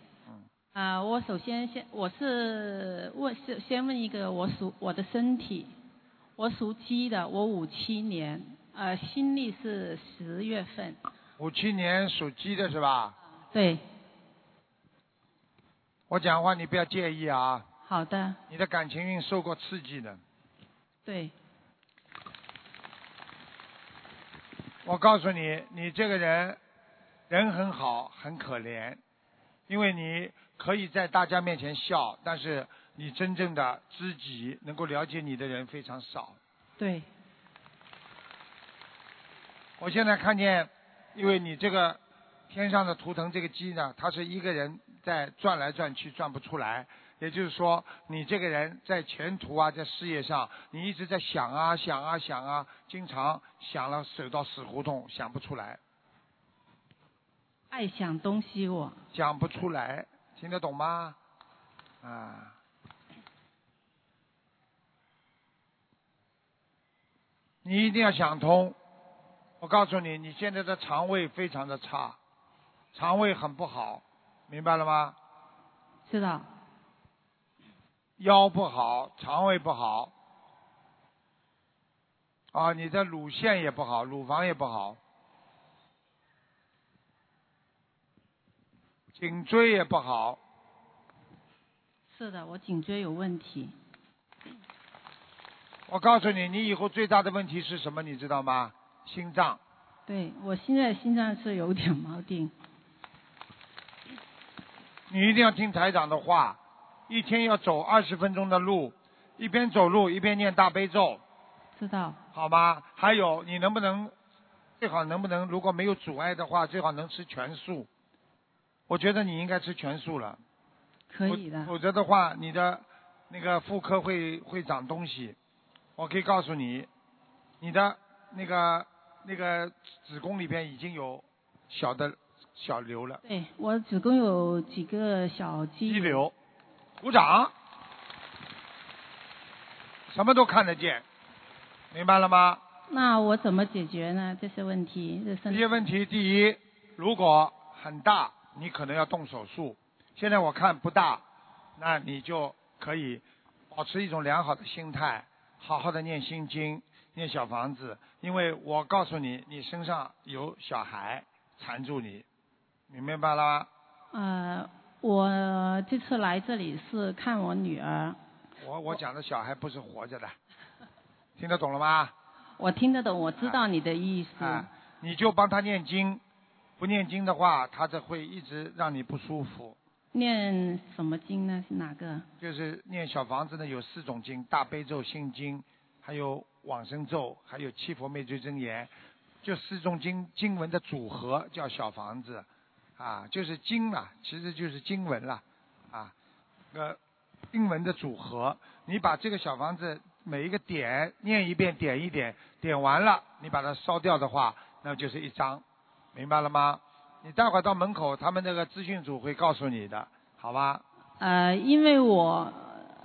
啊、我首先先我是问是先问一个我属我的身体，我属鸡的，我五七年，呃，新历是十月份。
五七年属鸡的是吧？
对。
我讲话你不要介意啊。
好的，
你的感情运受过刺激的，
对，
我告诉你，你这个人人很好，很可怜，因为你可以在大家面前笑，但是你真正的知己能够了解你的人非常少。
对，
我现在看见，因为你这个天上的图腾这个鸡呢，它是一个人在转来转去，转不出来。也就是说，你这个人在前途啊，在事业上，你一直在想啊想啊想啊，经常想了走到死胡同，想不出来，
爱想东西我。
想不出来，听得懂吗？啊，你一定要想通。我告诉你，你现在的肠胃非常的差，肠胃很不好，明白了吗？
知道。
腰不好，肠胃不好。啊，你的乳腺也不好，乳房也不好，颈椎也不好，
是的，我颈椎有问题。
我告诉你，你以后最大的问题是什么？你知道吗？心脏。
对我现在心脏是有点毛病。
你一定要听台长的话，一天要走二十分钟的路，一边走路一边念大悲咒，
知道，
好吗？还有，你能不能最好能不能，如果没有阻碍的话，最好能吃全素。我觉得你应该吃全素了，
可以的。
否则的话，你的那个妇科会会长东西。我可以告诉你，你的那个那个子宫里边已经有 小的小瘤了，
对我子宫有几个小肌
肌瘤，鼓掌，什么都看得见，明白了吗？
那我怎么解决呢？这些问题，这身
这些问题，第一，如果很大，你可能要动手术。现在我看不大，那你就可以保持一种良好的心态，好好的念心经，念小房子。因为我告诉你，你身上有小孩缠住你，你明白了吗？
呃，我这次来这里是看我女儿，
我我讲的小孩不是活着的，听得懂了吗？
我听得懂，我知道你的意思。
啊，你就帮他念经，不念经的话，他这会一直让你不舒服。
念什么经呢？是哪个？
就是念小房子呢，有四种经：大悲咒、心经，还有往生咒，还有七佛灭罪真言，就四种经经文的组合叫小房子，啊，就是经了，其实就是经文了，啊，呃，经文的组合，你把这个小房子每一个点念一遍，点一点，点完了，你把它烧掉的话，那就是一张，明白了吗？你待会儿到门口，他们那个资讯组会告诉你的，好吧？
呃，因为我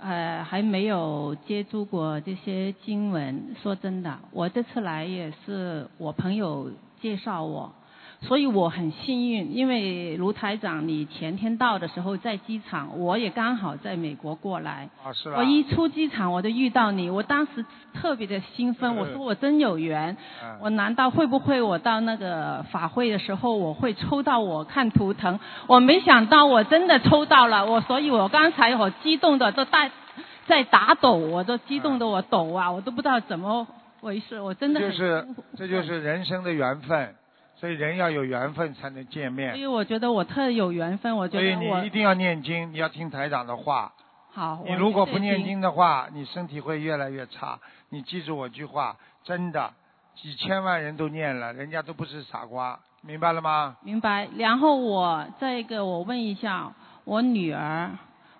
呃还没有接触过这些经文，说真的，我这次来也是我朋友介绍我，所以我很幸运，因为卢台长你前天到的时候在机场，我也刚好在美国过来，
啊，是吧？
我一出机场我就遇到你，我当时特别的兴奋，我说我真有缘，
嗯
我难道会不会我到那个法会的时候我会抽到我看图腾？我没想到我真的抽到了，我所以我刚才我激动的都带在打抖，我都激动的我抖啊，我都不知道怎么回事，我真的
这就
很
是这就是人生的缘分，所以人要有缘分才能见
所以
面。
我觉得我特有缘分，哎我觉
所
得
以
我
你一定要念经，你要听台长的话。
好。
你
我
如果
绝
不
对
念
听
经的话，你身体会越来越差。你记住我句话，真的，几千万人都念了，人家都不是傻瓜，明白了吗？
明白。然后我再一个，我问一下，我女儿，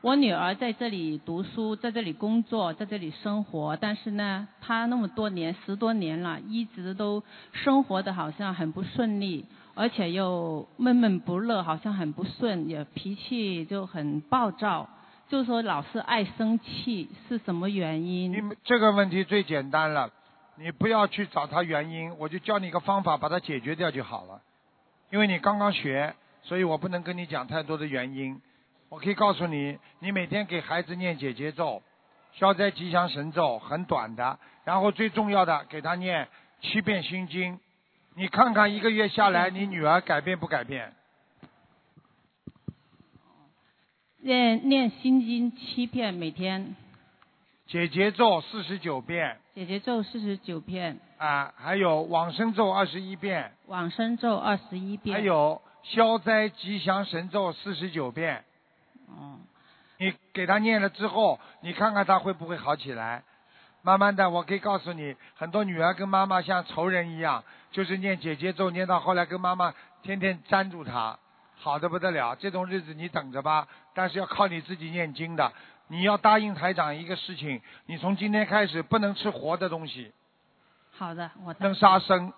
我女儿在这里读书，在这里工作，在这里生活，但是呢，她那么多年，十多年了，一直都生活的好像很不顺利，而且又闷闷不乐，好像很不顺，也脾气就很暴躁，就说老是爱生气，是什么原因？
这个问题最简单了，你不要去找他原因，我就教你一个方法把它解决掉就好了。因为你刚刚学，所以我不能跟你讲太多的原因。我可以告诉你，你每天给孩子念姐姐咒、消灾吉祥神咒，很短的，然后最重要的给他念七遍心经。你看看一个月下来，你女儿改变不改变？
念念心经七遍每天，
姐姐咒四十九遍
姐姐咒四十九遍，
啊，还有往生咒二十一遍，
往生咒二十一遍，
还有消灾吉祥神咒四十九遍。
哦，
你给他念了之后，你看看他会不会好起来？慢慢的，我可以告诉你，很多女儿跟妈妈像仇人一样，就是念姐姐咒，念到后来跟妈妈天天粘住她，好的不得了。这种日子你等着吧，但是要靠你自己念经的。你要答应台长一个事情，你从今天开始不能吃活的东西，
好的，我
不能杀生，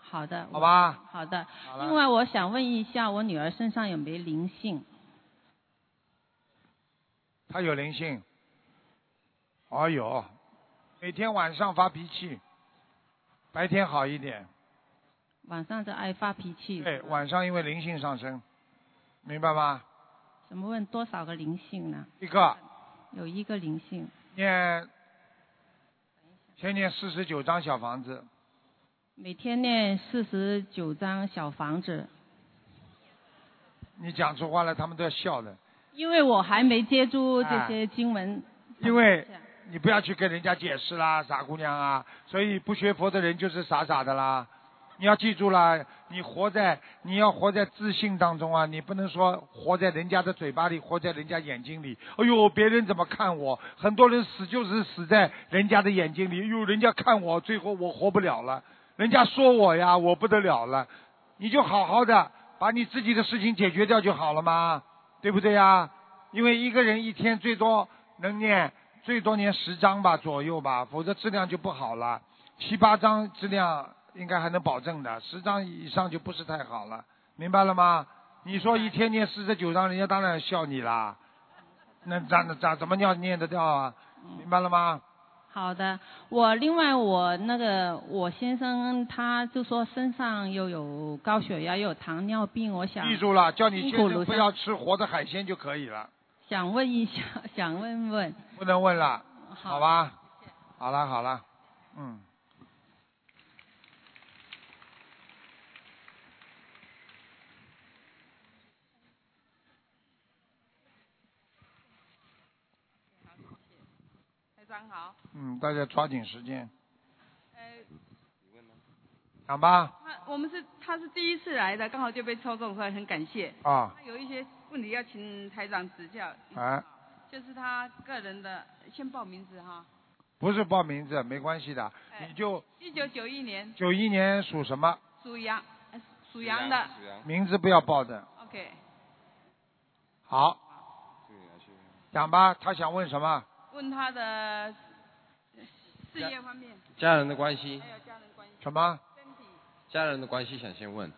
好的，
好吧？
好的。
好了
另外，我想问一下，我女儿身上有没有灵性？
他有灵性。哦有，每天晚上发脾气，白天好一点。
晚上就爱发脾气。
对，晚上因为灵性上升，明白吗？
怎么问多少个灵性呢？
一个
有一个灵性，
念，先念四十九张小房子，
每天念四十九张小房子，
你讲出话来，他们都要笑的。
因为我还没接触这
哎
些经文。
因为你不要去跟人家解释啦，傻姑娘啊，所以不学佛的人就是傻傻的啦。你要记住啦，你活在你要活在自信当中啊，你不能说活在人家的嘴巴里，活在人家眼睛里。哎呦，别人怎么看我？很多人死就是死在人家的眼睛里，哎呦，人家看我，最后我活不了了，人家说我呀，我不得了了。你就好好的把你自己的事情解决掉就好了嘛，对不对呀？因为一个人一天最多能念最多念十章吧左右吧，否则质量就不好了。七八章质量应该还能保证的，十章以上就不是太好了，明白了吗？你说一天念四十九章，人家当然笑你啦。那咋那咋怎么尿念得掉啊？明白了吗？
好的，我另外我那个我先生他就说身上又有高血压，又有糖尿病，我想
记住了，叫你
辛
先
苦卢
生不
生
要吃活的海鲜就可以了，
想问一下， 想问问，
不能问了，好吧？好了好了，嗯，
台长好，
嗯，大家抓紧时间，
呃，
讲吧，
他我们是他是第一次来的，刚好就被抽中，所以很感谢。
啊，
他有一些问题要请台长指教，
哎，
就是他个人的，先报名字哈。
不是报名字没关系的，你就
一九九一年
九一年属什么
属羊，呃属羊的。
啊
名字不要报的，
OK，
好，讲吧，他想问什么？
问他的事业方面，
家人的关系，
还有家人关系。
什么？
家人的关系想先问。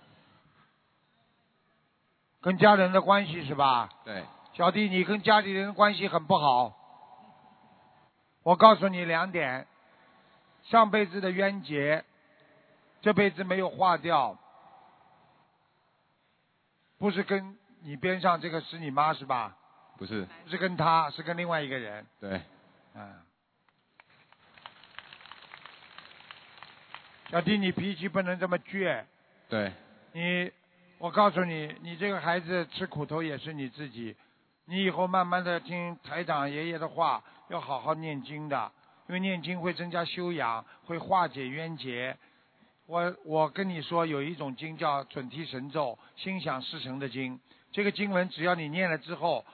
跟家人的关系是吧？
对，
小弟，你跟家里人关系很不好。我告诉你两点，上辈子的冤结，这辈子没有化掉，不是跟你边上这个是你妈是吧？
不是，
不是跟她，是跟另外一个人。
对，
嗯。小弟，你脾气不能这么倔。
对，
你，我告诉你，你这个孩子吃苦头也是你自己。你以后慢慢的听台长爷爷的话，要好好念经的，因为念经会增加修养，会化解冤结。我我跟你说，有一种经叫准提神咒，心想事成的经。这个经文只要你念了之后，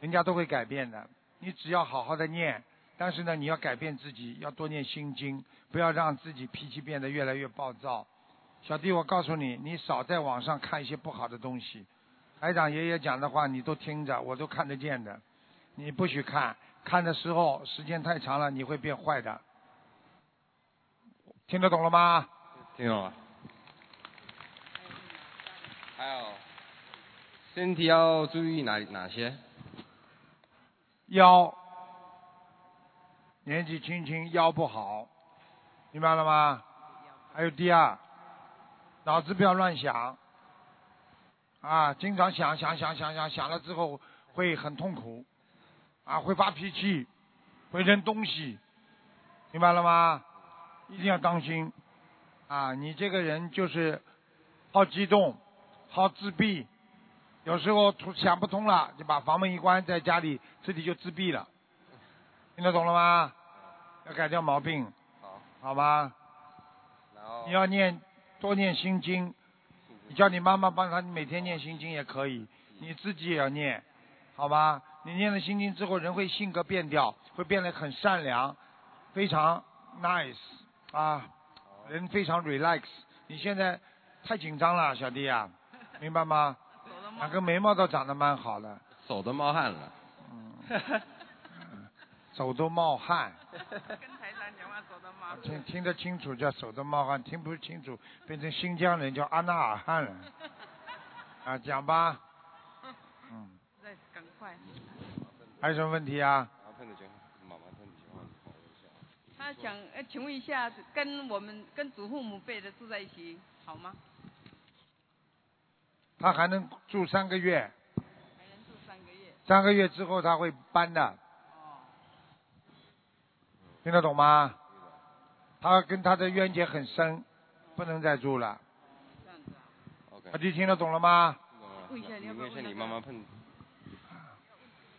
人家都会改变的。你只要好好的念，但是呢，你要改变自己，要多念心经，不要让自己脾气变得越来越暴躁。小弟，我告诉你，你少在网上看一些不好的东西。台长爷爷讲的话，你都听着，我都看得见的。你不许看，看的时候时间太长了，你会变坏的。听得懂了吗？
听懂了。还有，身体要注意哪哪些？
腰，年纪轻轻腰不好，明白了吗？还有第二，脑子不要乱想，啊，经常想想想想想想了之后会很痛苦，啊，会发脾气，会扔东西，明白了吗？一定要当心，啊，你这个人就是好激动，好自闭，有时候突想不通了，就把房门一关，在家里自己就自闭了，听得懂了吗？要改掉毛病，
好，
好吗？
然后
你要念多念心经，你叫你妈妈帮她每天念心经也可以，你自己也要念，好吗？你念了心经之后，人会性格变掉，会变得很善良，非常 nice 啊，人非常 relax。你现在太紧张了，小弟啊，明白吗？两个眉毛倒长得蛮好的，
手都冒汗了。
手都冒汗，
跟台长讲话走的吗？
听听得清楚叫手都冒汗，听不清楚变成新疆人叫阿纳尔汗了。啊，讲吧，嗯，
再赶快。
还有什么问题啊？
他想呃，请问一下，跟我们跟祖父母辈的住在一起好吗？
他还能住三个月，
还能住三个月。
三个月之后他会搬的。听得懂吗？他跟他的冤结很深，不能再住了。
OK
小。弟听得懂了吗？
问一下你要
你
不要
问一下
问
你妈妈碰，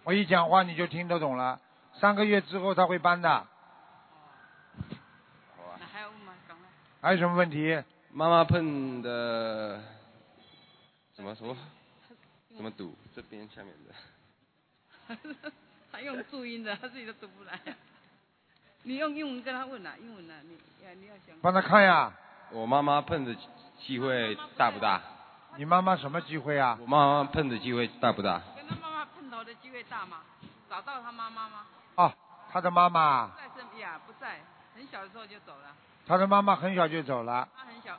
我一讲话你就听得懂了。三个月之后他会搬的。
那还要问吗？赶快。
还有什么问题？
妈妈碰的怎么说？怎么读？这边下面的。
他用注音的，他自己都读不来。你用英文跟他问啊，英文啊，你呀你要想。
帮他看呀。
我妈妈碰的机会大不大？
你妈妈什么机会啊？
我妈妈碰的机会大不大？
跟他妈妈碰头的机会大吗？找到他妈妈吗？
哦，他的妈妈，
在身边啊，不在，很小的时候就走了。
他的妈妈很小就走了。
他很小，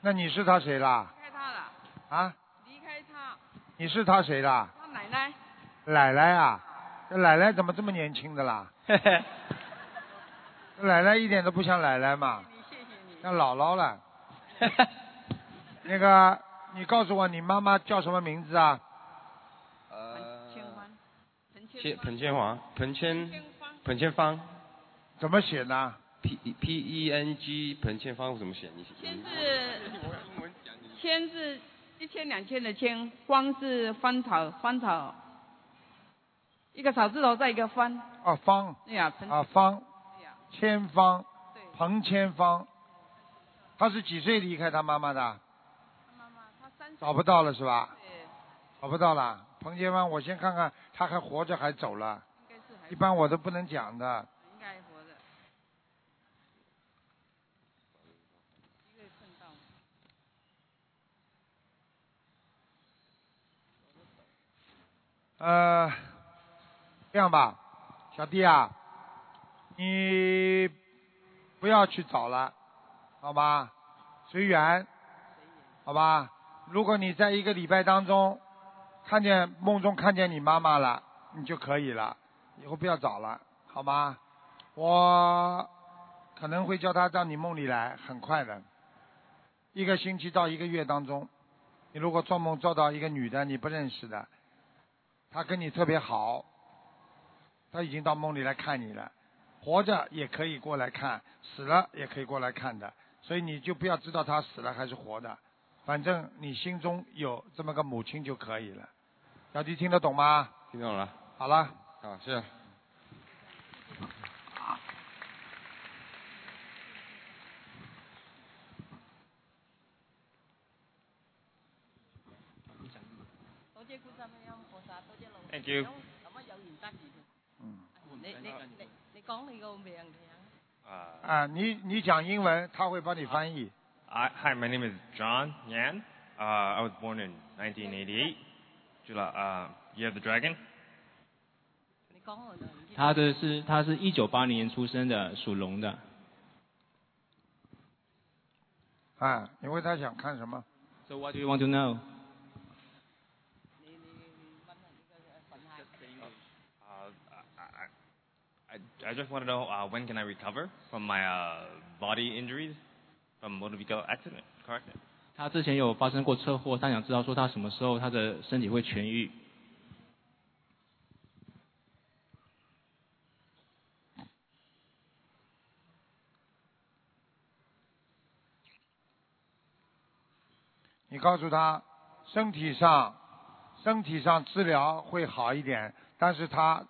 那你是他谁啦
离？开他了，
啊，
离开他，
你是他谁啦？
他奶奶。
奶奶啊，这奶奶怎么这么年轻的啦？奶奶一点都不像奶奶嘛，像姥姥 了。那个，你告诉我你妈妈叫什么名字啊？
千彭千华，彭千彭千芳，
怎么写呢
？P P E N G 彭千芳怎么写？你写。
是千是一千两千的千，芳是芳草，芳草，一个草字头再一个芳，
啊，芳
对哎呀、彭哎
啊，芳，千芳，彭千芳，她是几岁离开她妈妈的？找不到了是吧？找不到了，彭千芳，我先看看她还活着还走了，一般我都不能讲的。
应该活的。一个碰到，
呃，这样吧，小弟啊，你不要去找了，好吧？随缘，好吧？如果你在一个礼拜当中看见梦中看见你妈妈了，你就可以了，以后不要找了，好吗？我可能会叫她到你梦里来，很快的，一个星期到一个月当中，你如果做梦做到一个女的你不认识的，她跟你特别好，她已经到梦里来看你了，活着也可以过来看，死了也可以过来看的，所以你就不要知道她死了还是活的，反正你心中有这么个母亲就可以了。小弟听得懂吗？
听懂了，
好了，
好，谢谢。
多謝觀世音菩薩，多謝老師
Thank you Ừ.
咁啊有緣得意
嗯。
你你你你講你個名聽。
啊，你你讲英文，他会帮你翻译。
I, hi, my name is John Yan. Uh, I was born in 1988, July, uh, Year of the Dragon.
你講我就唔知。
他的是他是一九八零年出生的，属龙的。
啊，你问他想看什么？
So what do you want to know?
Ờ.
Uh, I, I, I just want to know uh, when can I recover from my uh, body injuries from motor vehicle accident, car accident?
他之前有发生过车祸，他想知道说他什么时候他的身体会痊愈。
你告诉他，身体上身体上治疗会好一点，但是他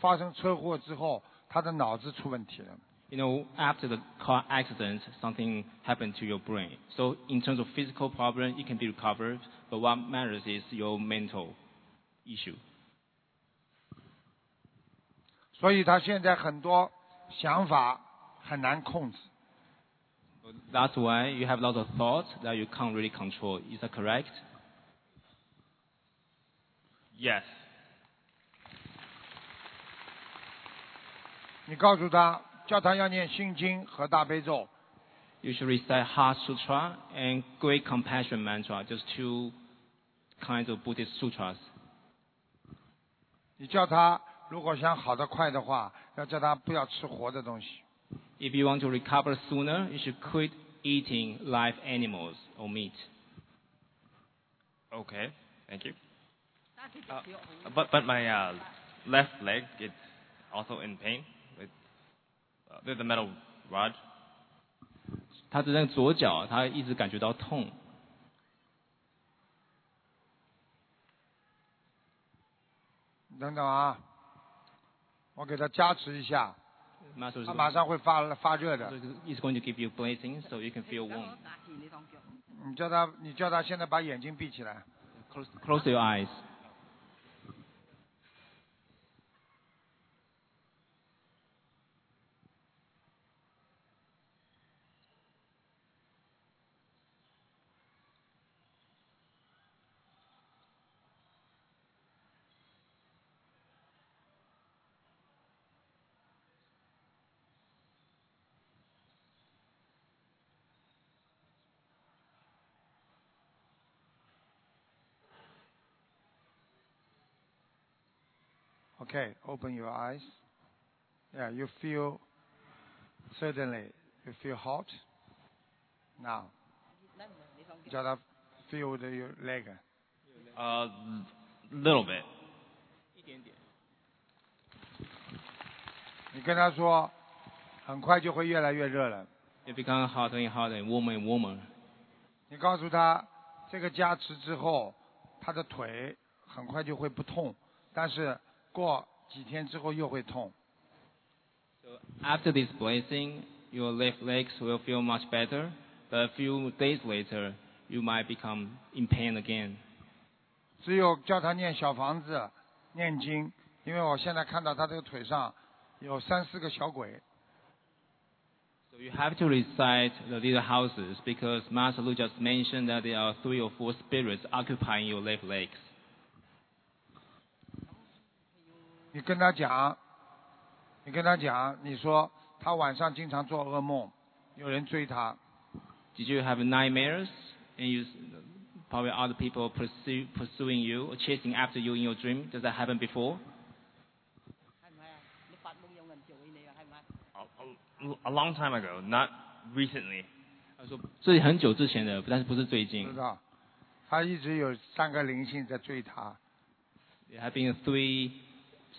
发生车祸之后，他的脑子出问题了。
You know, after the car accident, something happened to your brain. So in terms of physical problem, it can be recovered, but what matters is your mental issue.
所以他现在很多想法很难控制。
That's why you have lots of thoughts that you can't really control. Is that correct?
Yes.
你告诉他，叫他要念心经和大悲咒。
You should recite Heart Sutra and Great Compassion Mantra, just two kinds of Buddhist sutras.
你叫他如果想好得快的话，要叫他不要吃活的东西。
If you want to recover sooner, you should quit eating live animals or meat.
Okay, thank you. Uh, but but my uh, left leg it's also in pain. With, uh, there's a metal rod.
他只能左脚，他一直感觉到痛。
等等啊，我给他加持一下，
Master is
他马上会发发热的。
is going to give you blessing, so you can feel warm.
你叫他，你叫他现在把眼睛闭起来。
Close, close your eyes.
Okay, open your eyes. Yeah, you feel Certainly, you feel hot. Now, just uh, feel the, your leg.
A little bit.
你跟他说，很快就会越来越热了。
It becomes hotter and hotter, and warmer and warmer.
你告诉他，这个加持之后，他的腿很快就会不痛，但是过几天之后又会痛。
After this blessing, your left legs will feel much better, but a few days later, you might become in pain again.
只有叫他念小房子、念经，因为我现在看到他这个腿上有三四个小鬼。
So you have to recite the little houses because Master Lu just mentioned that there are three or four spirits occupying your left legs.
你跟他讲，你跟他讲，你说他晚上经常做噩梦，有人追他，
Did you have nightmares? And you s- probably other people pursue, pursuing you or chasing after you in your dream? Does that happen before?
A long time ago, not recently.
这是很久之前的，但是不是最近。
知道？他一直有三个灵性在追他。
There have been three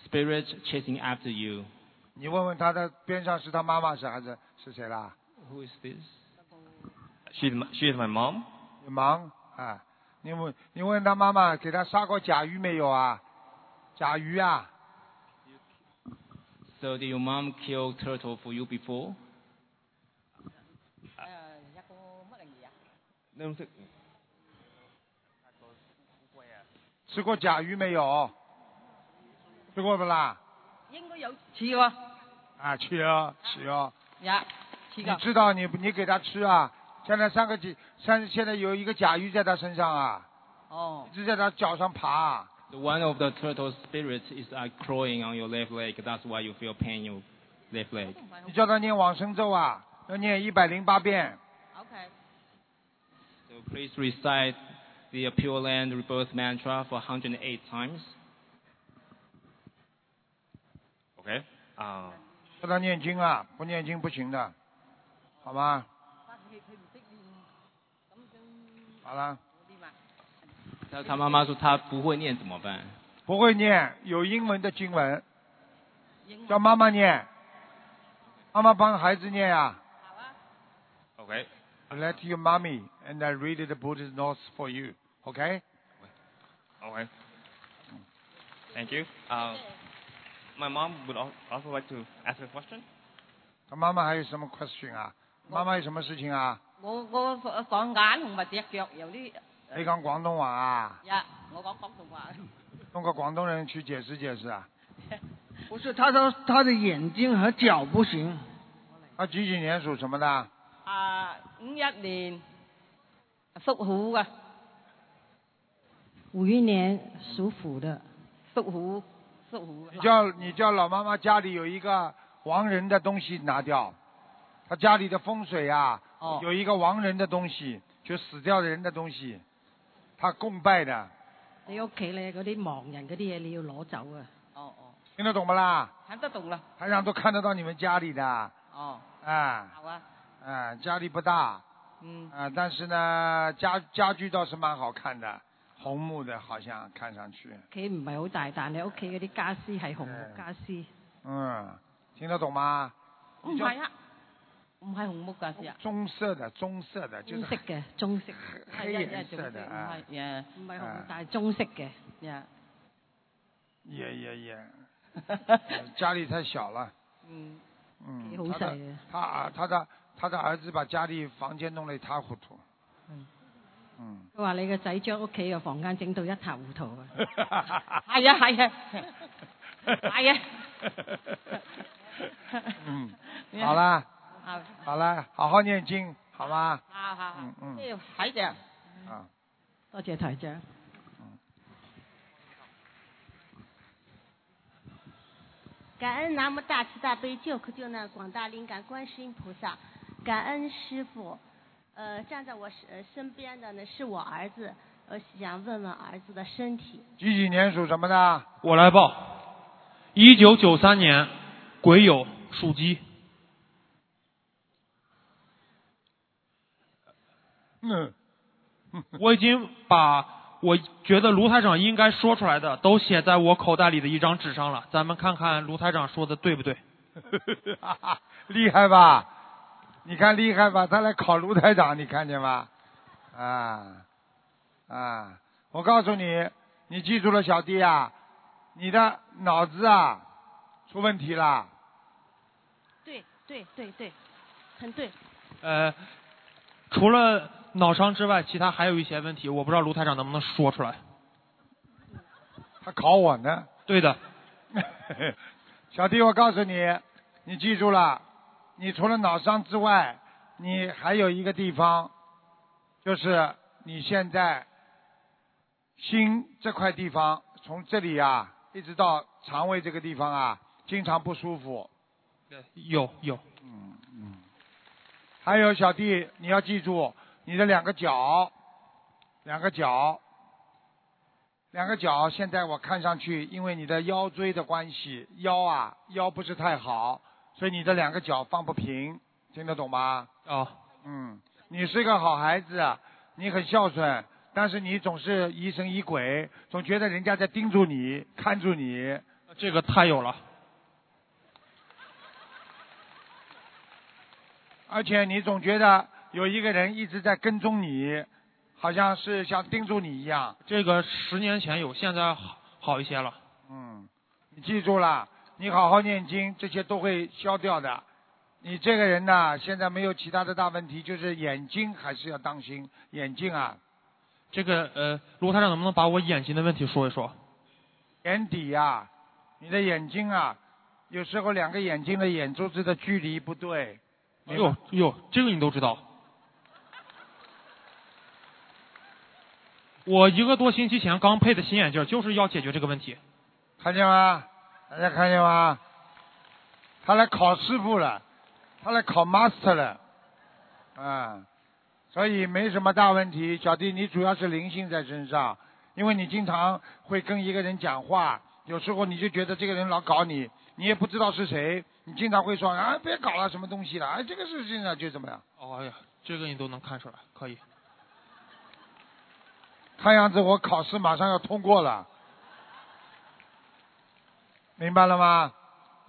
spirits chasing after you.
你问问他的边上是他妈妈是还是是谁啦？
Who is this?
She's my, she is my mom.
你忙啊？你问你问他妈妈给他杀过甲鱼没有啊？甲鱼啊？
So did your mom kill turtle for you before?
Ờ, à?
No, it's-
吃过甲鱼没有？吃过不啦？
應該有似喎，
啊，吃哦吃哦。
呀，似
你
㗎。
知道你你给他吃啊？现在三个几三现在有一个甲鱼在他身上啊，
哦
一，直在他脚上爬啊、
So one of the turtle spirits is uh, crawling on your left leg. That's why you feel pain in your left leg.
你叫他念往生咒啊，要念一百零八遍。
OK。
So please recite the Pure Land Rebirth Mantra for 108 times.
Okay. Uh,
叫他念经啊，不念经不行的，好吗？好了，
他他妈妈说他不会念怎么办？
不会念有英文的经文，叫妈妈念，妈妈帮孩子念啊。
okay.
Let your mommy and I read the Buddhist notes for you, OK?
Okay. Thank you. Uh, my mom would al- also like to ask a question. 哦
他妈妈还有什么 question 啊？妈妈有什么事情啊？
我我講眼同埋隻腳有啲
呃
你讲广东话啊？
呀，我講廣東話。
弄个广东人去解释解释啊？
不是，他说他的眼睛和脚不行，
他几几年属什么的？
啊，五一年屬虎嘅，
五一年属虎的，
屬虎，屬虎。
你叫你叫老妈妈家里有一个亡人的东西拿掉，他家里的风水啊，
哦
有一个亡人的东西，就死掉的人的东西，他供拜的，
你屋企咧嗰啲亡人嗰啲嘢你要攞走啊！
哦哦，
听得懂不啦？
睇得懂啦。
台上都看得到你们家里的，
哦，
啊
好啊，
啊，家里不大，
嗯，
啊，但是呢，家家具倒是蛮好看的，红木的，好像看上去，
屋企唔係好大，但你屋企嗰啲家私係紅木家私，
嗯，聽得懂嗎？
嗯
唔係啊，唔係紅木㗎，係啊，
棕色的，棕色的，就
中
是
式嘅，中式
黑颜色的啊
係，呀，
唔係紅木，但係中式嘅。
呀，
也也也，家里太小了。
嗯，
幾
嗯，他的
好細嘅
他儿他的他的儿子把家里房间弄得一塌糊涂。嗯。
佢話你個仔將屋企嘅房間整到一塌糊塗啊！
哎
係啊係啊，係啊，
嗯，好啦，
好，
好啦，好好念经，好吗？
好好好，
嗯
哎
呢度睇住。
啊，
多謝台長。
感恩南无大慈大悲救苦救难广大灵感观世音菩萨，感恩师傅。呃，站在我身呃身边的呢是我儿子，我想问问儿子的身体。
几几年属什么的？
我来 报，一九九三年，癸酉属鸡，
嗯，
我已经把我觉得卢台长应该说出来的都写在我口袋里的一张纸上了，咱们看看卢台长说的对 不对？
厉害吧？你看厉害吧？他来考卢台长，你看见吗？啊啊！我告诉你，你记住了，小弟啊，你的脑子啊出问题啦。
对对对对，很对。
呃，除了脑伤之外，其他还有一些问题，我不知道卢台长能不能说出来。
他考我呢。
对的，
小弟，我告诉你，你记住了，你除了脑伤之外，你还有一个地方，就是你现在心这块地方，从这里啊，一直到肠胃这个地方啊，经常不舒服。嗯
有有，
还有小弟，你要记住，你的两个脚，两个脚，两个脚，现在我看上去，因为你的腰椎的关系，腰啊腰不是太好，所以你的两个脚放不平，听得懂吗？
哦，
嗯，你是个好孩子，啊你很孝顺，但是你总是疑神疑鬼，总觉得人家在盯住你、看住你。
这个太有了。
而且你总觉得有一个人一直在跟踪你，好像是想盯住你一样。
这个十年前有，现在好好一些了。
嗯，你记住了，你好好念经，这些都会消掉的。你这个人呢，现在没有其他的大问题，就是眼睛还是要当心，眼睛啊，
这个呃，卢台长能不能把我眼睛的问题说一说？
眼底呀、啊，你的眼睛啊，有时候两个眼睛的眼珠子的距离不对。明白
哟哟，这个你都知道。我一个多星期前刚配的新眼镜，就是要解决这个问题。
看见吗？大家看见吗？他来考师傅了，他来考 master 了，啊，所以没什么大问题。小弟，你主要是灵性在身上，因为你经常会跟一个人讲话，有时候你就觉得这个人老搞你，你也不知道是谁，你经常会说啊，别搞了，什么东西了，哎，这个事情呢就怎么样？
哦哎呀，这个你都能看出来，可以。
看样子我考试马上要通过了，明白了吗？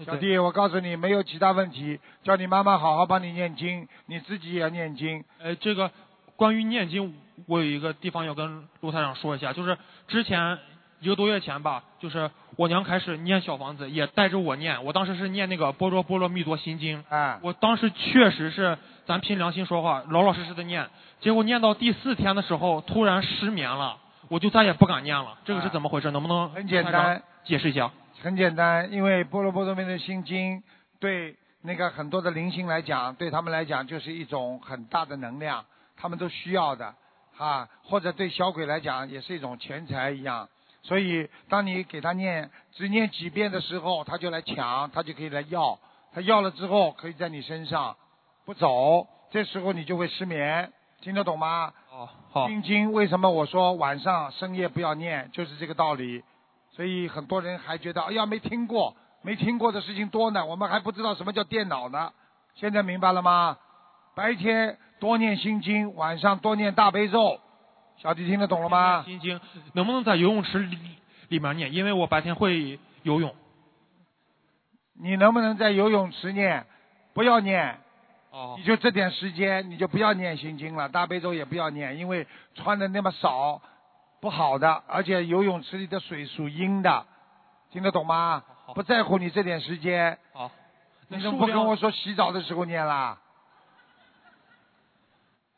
小弟，我告诉你，没有其他问题，叫你妈妈好好帮你念经，你自己也要念经。
呃，这个关于念经，我有一个地方要跟卢台长说一下，就是之前一个多月前吧，就是我娘开始念小房子，也带着我念。我当时是念那个《般若波罗蜜多心经》，
哎，
我当时确实是咱凭良心说话，老老实实的念。结果念到第四天的时候，突然失眠了，我就再也不敢念了。这个是怎么回事？能不能
啊很简
卢台长
单，
解释一下？
很简单，因为《波罗波罗蜜的心经》对那个很多的灵性来讲，对他们来讲就是一种很大的能量，他们都需要的啊。或者对小鬼来讲，也是一种钱财一样。所以，当你给他念只念几遍的时候，他就来抢，他就可以来要，他要了之后可以在你身上不走，这时候你就会失眠，听得懂吗？
哦，好。
心经为什么我说晚上深夜不要念，就是这个道理。所以很多人还觉得，哎呀，没听过，没听过的事情多呢，我们还不知道什么叫电脑呢。现在明白了吗？白天多念心经，晚上多念大悲咒。小弟听得懂了吗？
啊心经能不能在游泳池里里面念？因为我白天会游泳。
你能不能在游泳池念？不要念，
哦
你，就这点时间，你就不要念心经了，大悲咒也不要念，因为穿的那么少，不好的，而且游泳池里的水属阴的，听得懂吗？不在乎你这点时间，
好，
你
那
怎么
数
不
量
跟我说洗澡的时候念啦？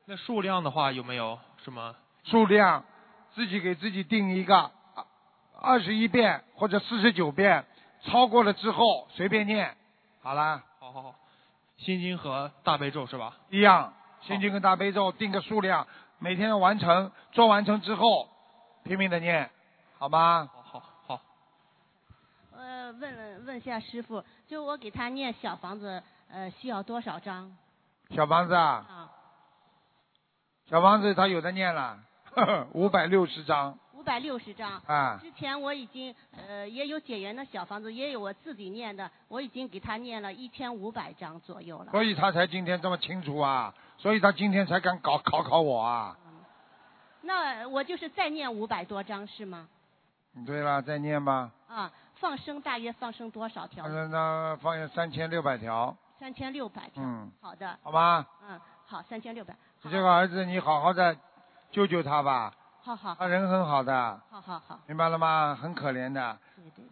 那数量的话有没有什么？
数量自己给自己定一个二十一遍或者四十九遍，超过了之后随便念，好啦，
好好好，心经和大悲咒是吧？
一样，心经跟大悲咒定个数量，每天要完成，做完成之后拼命的念，好吗？
好好，
呃，问了问一下师傅，就我给他念小房子，呃，需要多少张？
小房子啊，
啊，
小房子他有的念了，五百六十张，
560百六十张。
啊
之前我已经呃也有解缘的小房子，也有我自己念的，我已经给他念了一千五百张左右了。
所以他才今天这么清楚啊，所以他今天才敢搞考考我啊。
那我就是再念五百多张是吗？
对了，再念吧。
啊，放生大约放生多少条？
那那放下三千六百条，
三千六百条。
嗯，
好的。
好吧。
嗯，好，三千六百。
你这个儿子，你好好的救救他吧，
好好。
他人很好的，
好好好。
明白了吗？很可怜的，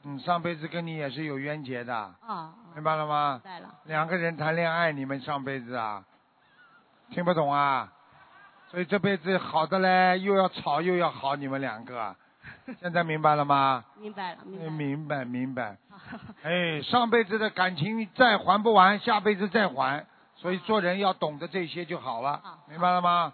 嗯，上辈子跟你也是有冤结的，
啊，
明白了吗？
明白了。
两个人谈恋爱，你们上辈子啊，听不懂啊，所以这辈子好的嘞，又要吵又要好，你们两个，现在明白了吗？
明白了，明白
哎
了。
明白明 白。哎，上辈子的感情债还不完，下辈子再还，所以做人要懂得这些就好了，明白了吗？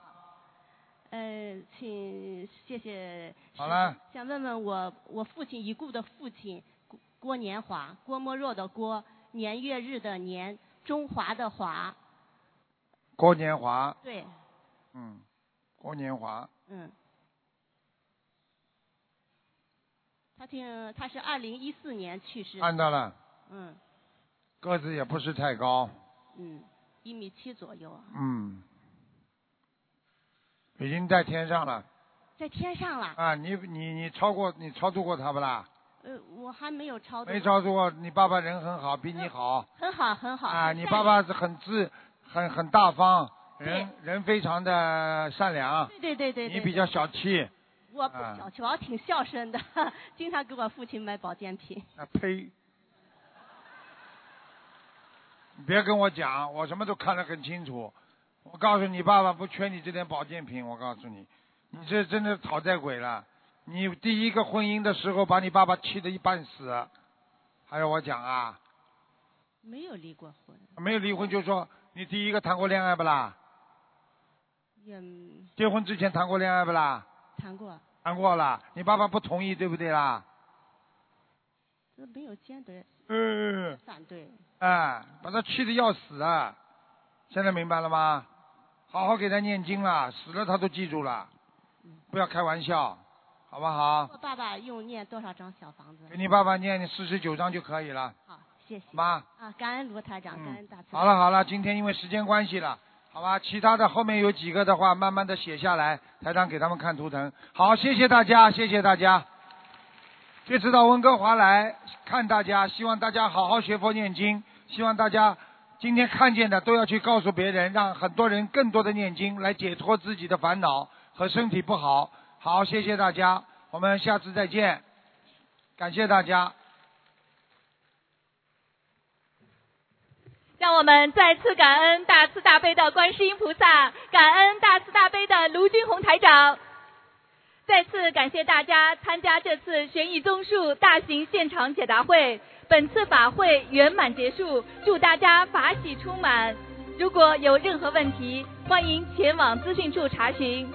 呃，请谢谢。
好了。
想问问我，我父亲已故的父亲郭郭年华，郭沫若的郭，年月日的年，中华的华，
郭年华，
对，
嗯，郭年华，
嗯。他挺，他是二零一四年去世。
看到。了，
嗯
个子也不是太高，
嗯，一米七左右啊，
嗯，已经在天上了
在天上了。
啊！你你你超过你超度过他不啦？
呃，我还没有超度。
没超。度过，你爸爸人很好，比你好
很好，很好。
啊！
很
你
善
爸
良
爸是很自很很大方，人人非常的善良，
对对对对。
你
对
比较小气，
我不
啊
小气，我挺孝顺的， 经常给我父亲买保健品。
啊呸！你别跟我讲，我什么都看得很清楚。我告诉你，爸爸不缺你这点保健品。我告诉你，你这真的讨债鬼了。你第一个婚姻的时候，把你爸爸气得一半死，还要我讲啊？
没有离过婚，
没有离婚就说你第一个谈过恋爱不啦？
也
结婚之前谈过恋爱不啦？
谈过，
谈过啦。你爸爸不同意，对不对啦？
这没有坚决
嗯。
反对。
哎，把他气得要死啊！现在明白了吗？好好给他念经啦，死了他都记住了，不要开玩笑，好不好？
我爸爸用念多少张小房子？
给你爸爸念四十九章就可以了，
好，谢谢。
妈。
啊，感恩卢台长，
嗯
感恩大慈。
好了。好了，今天因为时间关系了，好吧？其他的后面有几个的话，慢慢的写下来，台长给他们看图腾。好，谢谢大家，谢谢大家。这次到温哥华来看大家，希望大家好好学佛念经，希望大家今天看见的都要去告诉别人，让很多人更多的念经来解脱自己的烦恼和身体不好。好，谢谢大家，我们下次再见，感谢大家。
让我们再次感恩大慈大悲的观世音菩萨，感恩大慈大悲的卢军红台长。再次感谢大家参加这次悬疑综述大型现场解答会，本次法会圆满结束，祝大家法喜充满。如果有任何问题，欢迎前往资讯处查询。